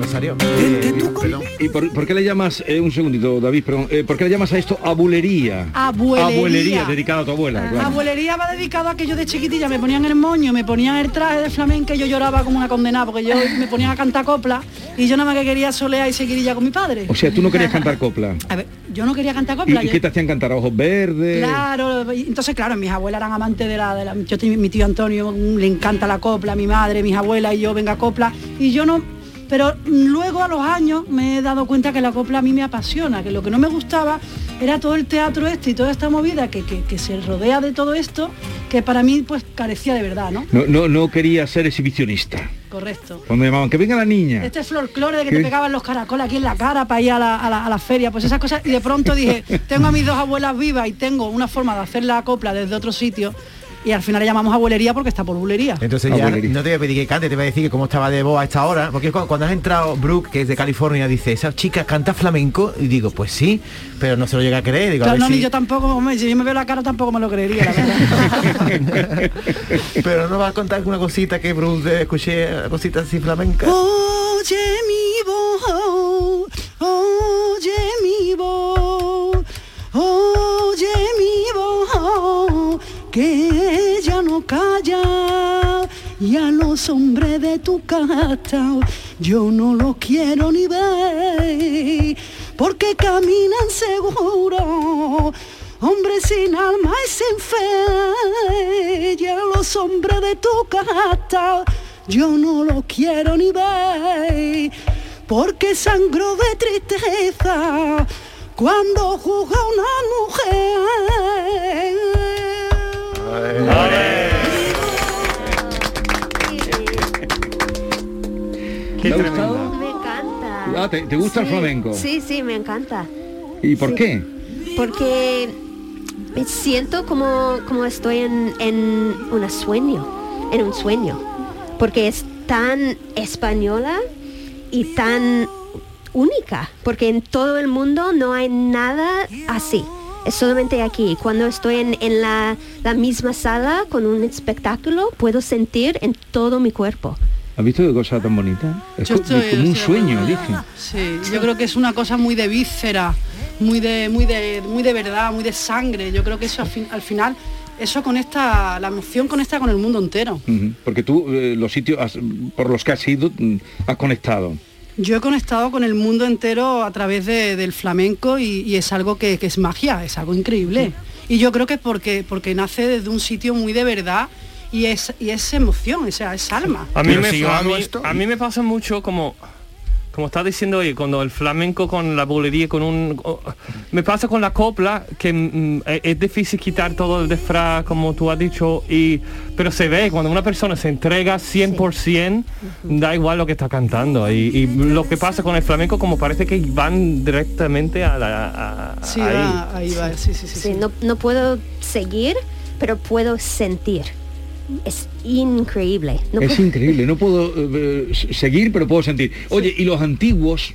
Rosario. Eh, perdón. ¿Y por, por qué le llamas, eh, un segundito David, perdón, eh, por qué le llamas a esto abulería? Abuelería. Ah, dedicado a tu abuela. Ah, claro. Abuelería va dedicado a que yo de chiquitilla me ponían el moño, me ponían el traje de flamenca y yo lloraba como una condenada porque yo me ponían a cantar copla y yo nada más que quería solear y seguirilla con mi padre. O sea, tú no querías cantar copla. A ver, yo no quería cantar ¿Y, copla. y yo- qué te hacían cantar? ¿Ojos verdes? Claro, y entonces claro, mis abuelas eran amantes de la, de la- yo tenía mi tío Antonio, mm, le encanta la copla, mi madre, mis abuelas y yo venga copla y yo no, pero mm, luego a los años me he dado cuenta que la copla a mí me apasiona, que lo que no me gustaba era todo el teatro este y toda esta movida que, que- que se rodea de todo esto, que para mí pues carecía de verdad, ¿no? No, no, no quería ser exhibicionista. Correcto. Cuando me llamaban, que venga la niña. Este folclore de que ¿Qué? te pegaban los caracoles aquí en la cara para ir a la, a la- a la feria, pues esas cosas. Y de pronto dije, tengo a mis dos abuelas vivas y tengo una forma de hacer la copla desde otro sitio. Y al final le llamamos abuelería porque está por bulería. Eh, Entonces ya no te voy a pedir que cante, te voy a decir que cómo estaba de voz a esta hora, porque cu- cuando has entrado, Brooke, que es de California, dice, esa chica canta flamenco, y digo, pues sí, pero no se lo llega a creer, digo, a Claro, ver no, si- ni yo tampoco, hombre, si yo me veo la cara tampoco me lo creería, la verdad. pero no va a contar alguna cosita que Brooke eh, escuché, eh, cositas así flamenca. Oh. Oye mi voz, oye mi voz, oye mi voz, que ella no calla y a los hombres de tu casta yo no los quiero ni ver, porque caminan seguro. Hombres sin alma y sin fe, y a los hombres de tu casta yo no lo quiero ni ver, porque sangro de tristeza cuando juzga una mujer. ¿Te ha gustado? Me encanta. Ah, ¿te- te gusta el Sí, flamenco? Sí, sí, me encanta. ¿Y por Sí. qué? Porque me siento como, como estoy en, en un sueño, en un sueño. Porque es tan española y tan única. Porque en todo el mundo no hay nada así. Es solamente aquí. Cuando estoy en, en la, la misma sala con un espectáculo, puedo sentir en todo mi cuerpo. ¿Has visto qué cosa tan bonita? Es Yo co- estoy- como un estoy sueño, dije. Sí, yo creo que es una cosa muy de víscera, muy de, muy de, muy de verdad, muy de sangre. Yo creo que eso al, fin- al final, eso conecta, la emoción conecta con el mundo entero. Ujú, Porque tú, eh, los sitios has- por los que has ido, mm, has conectado. Yo he conectado con el mundo entero a través de- del flamenco y, y es algo que, que es magia, es algo increíble. Y yo creo que porque, porque nace desde un sitio muy de verdad y es, y es emoción, o sea, es alma. A mí, me, a, mí, a mí me pasa mucho como como estás diciendo hoy, cuando el flamenco con la bulería, con un... o- me pasa con la copla, que mm, es, es difícil quitar todo el disfraz, como tú has dicho, y pero se ve, cuando una persona se entrega 100%, da igual lo que está cantando. Y, y lo que pasa con el flamenco, como parece que van directamente a la... a- a- Sí, ahí. va, ahí va, sí, sí, sí. Sí, No, no puedo seguir, pero puedo sentir. es increíble. No es puedo- increíble, no puedo eh, eh, seguir, pero puedo sentir. Oye, y los antiguos,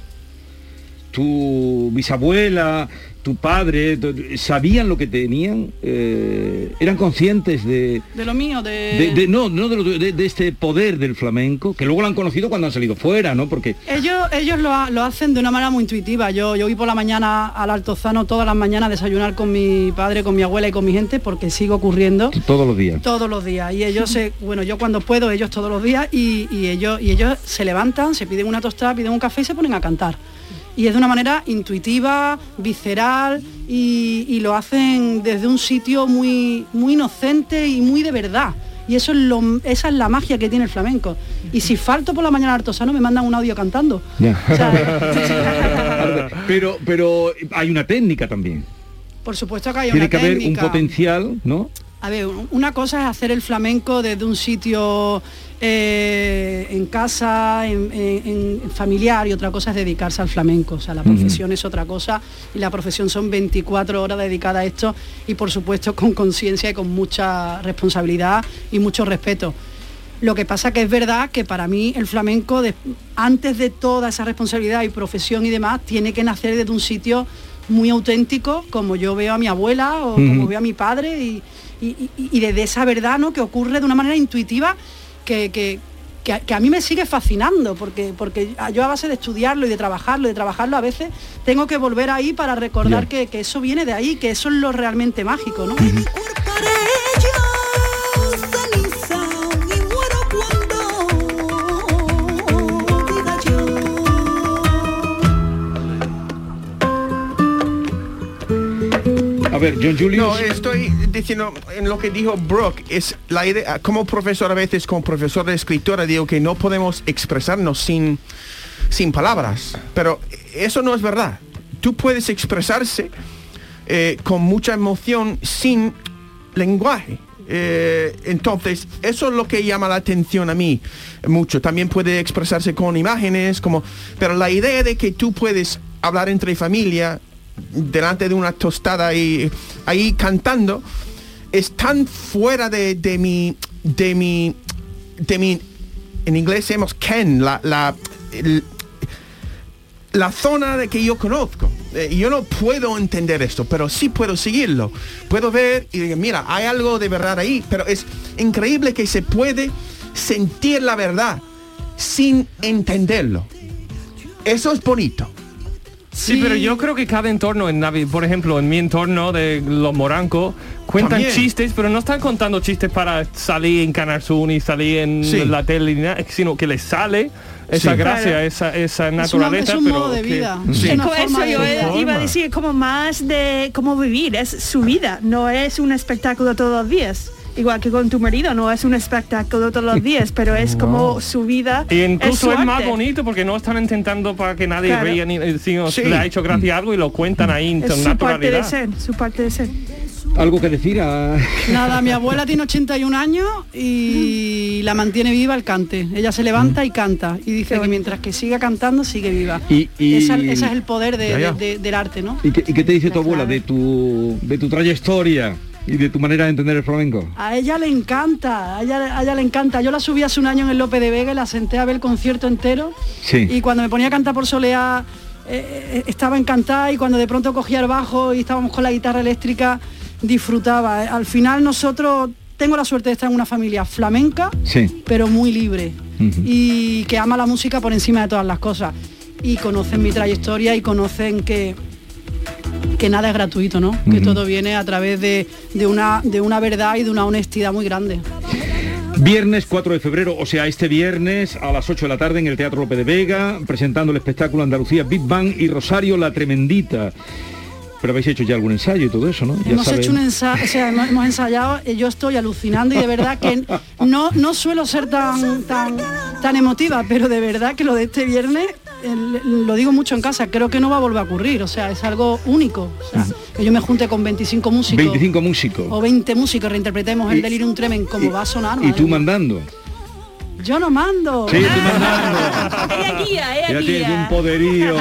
tu bisabuela, tu padre, tu- ¿sabían lo que tenían? Eh, ¿Eran conscientes de, De lo mío, de... de- de- no, no de, lo- de- de este poder del flamenco? Que luego lo han conocido cuando han salido fuera, ¿no? Porque Ellos, ellos lo, ha- lo hacen de una manera muy intuitiva. Yo, yo voy por la mañana al Altozano todas las mañanas a desayunar con mi padre, con mi abuela y con mi gente porque sigue ocurriendo todos los días. todos los días. Y ellos se, bueno, yo cuando puedo, ellos todos los días y, y ellos, y ellos se levantan, se piden una tostada, piden un café y se ponen a cantar. Y es de una manera intuitiva, visceral y, y lo hacen desde un sitio muy, muy inocente y muy de verdad. Y eso es lo, esa es la magia que tiene el flamenco. Y si falto por la mañana al Altozano me mandan un audio cantando. pero, pero hay una técnica también. Por supuesto que hay Tiene una que haber un técnica. potencial, ¿no? A ver, una cosa es hacer el flamenco desde un sitio eh, en casa, en, en- en familiar, y otra cosa es dedicarse al flamenco. O sea, la Ujú. profesión es otra cosa y la profesión son 24 horas dedicadas a esto y por supuesto con conciencia y con mucha responsabilidad y mucho respeto. Lo que pasa que es verdad que para mí el flamenco, de- antes de toda esa responsabilidad y profesión y demás, tiene que nacer desde un sitio muy auténtico, como yo veo a mi abuela o como Ujú. veo a mi padre, y, y- y- y desde esa verdad ¿no? que ocurre de una manera intuitiva que, que- que a, que a mí me sigue fascinando, porque, porque a- yo a base de estudiarlo y de trabajarlo, de trabajarlo a veces, tengo que volver ahí para recordar que, que eso viene de ahí, que eso es lo realmente mágico, ¿no? A ver, John Julius. No, estoy diciendo en lo que dijo Brooke, es la idea, como profesor a veces, como profesor de escritora, digo que no podemos expresarnos sin, sin palabras, pero eso no es verdad. Tú puedes expresarse eh, con mucha emoción sin lenguaje. Eh, entonces, eso es lo que llama la atención a mí mucho. También puede expresarse con imágenes, como, pero la idea de que tú puedes hablar entre familia delante de una tostada y ahí cantando es tan fuera de, de mi de mi de mi en inglés decimos ken la la el- la zona de que yo conozco. Eh, yo no puedo entender esto, pero sí puedo seguirlo. Puedo ver y digo, mira, hay algo de verdad ahí, pero es increíble que se puede sentir la verdad sin entenderlo. Eso es bonito. Sí, pero yo creo que cada entorno, en Navi- por ejemplo, en mi entorno de los morancos, cuentan También. chistes, pero no están contando chistes para salir en Canal Sur ni salir en Sí. la tele, ni nada, sino que les sale esa Sí. gracia, Claro. esa, esa una- es naturaleza. un pero modo de que- vida. Sí. Es como eso yo de eh, vida. iba a Forma. decir, es como más de cómo vivir, es su vida, no es un espectáculo todos los días. Igual que con tu marido, no es un espectáculo todos los días, pero es como su vida. Y E incluso su es, más arte. bonito porque no están intentando para que nadie Claro. ría, ni, eh, sino Sí. le ha hecho gracia algo y lo cuentan ahí Es con su parte de naturalidad. ser, su parte de ser. Algo que decir a... Nada, mi abuela tiene 81 años y la mantiene viva el cante. Ella se levanta y canta y dice que mientras que siga cantando sigue viva. Y- y- Esa- Ese es el poder de- Ya, ya. de- de- del arte, ¿no? ¿Y qué, y qué te dice tu abuela de tu, de tu trayectoria y de tu manera de entender el flamenco? A ella le encanta, a ella, a ella le encanta. Yo la subí hace un año en el Lope de Vega y la senté a ver el concierto entero. Sí. Y cuando me ponía a cantar por soleá, eh, eh, estaba encantada y cuando de pronto cogía el bajo y estábamos con la guitarra eléctrica, disfrutaba. Al final nosotros, tengo la suerte de estar en una familia flamenca, Sí. pero muy libre Ujú. y que ama la música por encima de todas las cosas. Y conocen mi trayectoria y conocen que, que nada es gratuito, ¿no? Que Ujú. todo viene a través de, de una, de una verdad y de una honestidad muy grande. Viernes 4 de febrero, o sea, este viernes a las 8 de la tarde en el Teatro Lope de Vega, presentando el espectáculo Andalucía Big Bang y Rosario La Tremendita. Pero habéis hecho ya algún ensayo y todo eso, ¿no? Ya hemos sabéis. hecho un ensayo, o sea, hemos, hemos ensayado, y yo estoy alucinando y de verdad que no, no suelo ser tan, tan, tan emotiva, pero de verdad que lo de este viernes, el- lo digo mucho en casa, creo que no va a volver a ocurrir, o sea, es algo único. O sea, que yo me junte con 25 músicos. 25 músicos. o 20 músicos reinterpretemos Y- el Delirium Tremen como va a sonar. y madre tú mía. mandando. Yo no mando. Sí, tú mandando. Ya tienes un poderío.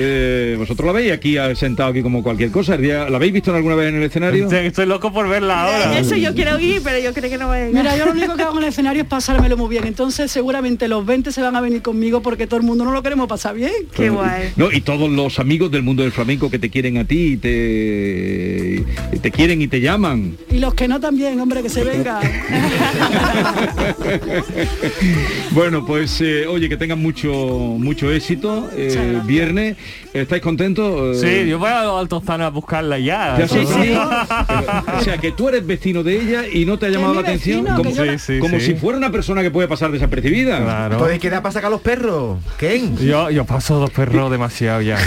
Eh, vosotros la veis aquí ah, sentado aquí como cualquier cosa. El día- ¿La habéis visto alguna vez en el escenario? Estoy, estoy loco por verla ahora. Eso yo quiero ir, pero yo creo que no va a llegar. Mira, yo lo único que hago en el escenario es pasármelo muy bien. Entonces seguramente los 20 se van a venir conmigo porque todo el mundo no lo queremos pasar bien. Todo- No, y todos los amigos del mundo del flamenco que te quieren a ti y te, y te quieren y te llaman. Y los que no también, hombre, que se Pues, venga. bueno, pues eh, oye, que tengan mucho mucho éxito. eh, viernes. ¿Estáis contentos? Eh, Sí, yo voy a los Altozano a buscarla ya. ¿Te has sorprendido? o sea, que tú eres vecino de ella y no te ha llamado la mi atención vecino, como, que yo la- Sí, sí, como sí. si fuera una persona que puede pasar desapercibida. Claro. Podéis quedar para sacar los perros. ¿Ken? Yo, yo paso dos perros demasiado ya.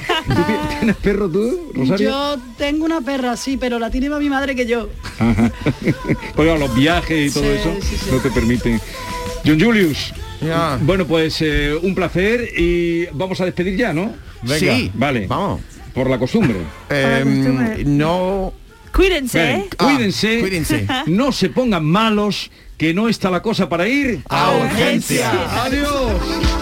¿Tienes perro tú, Rosario? Yo tengo una perra, sí, pero la tiene más mi madre que yo. Ajá. Porque claro, los viajes y todo eso no te permiten. John Julius. Bueno, pues eh, un placer y vamos a despedir ya, ¿no? Venga. Sí, vale. Vamos. Por la ¿eh? costumbre. Em, no. Ah, Cuídense. Ven, cuídense. cuídense. No se pongan malos, que no está la cosa para ir A urgencia. Adiós.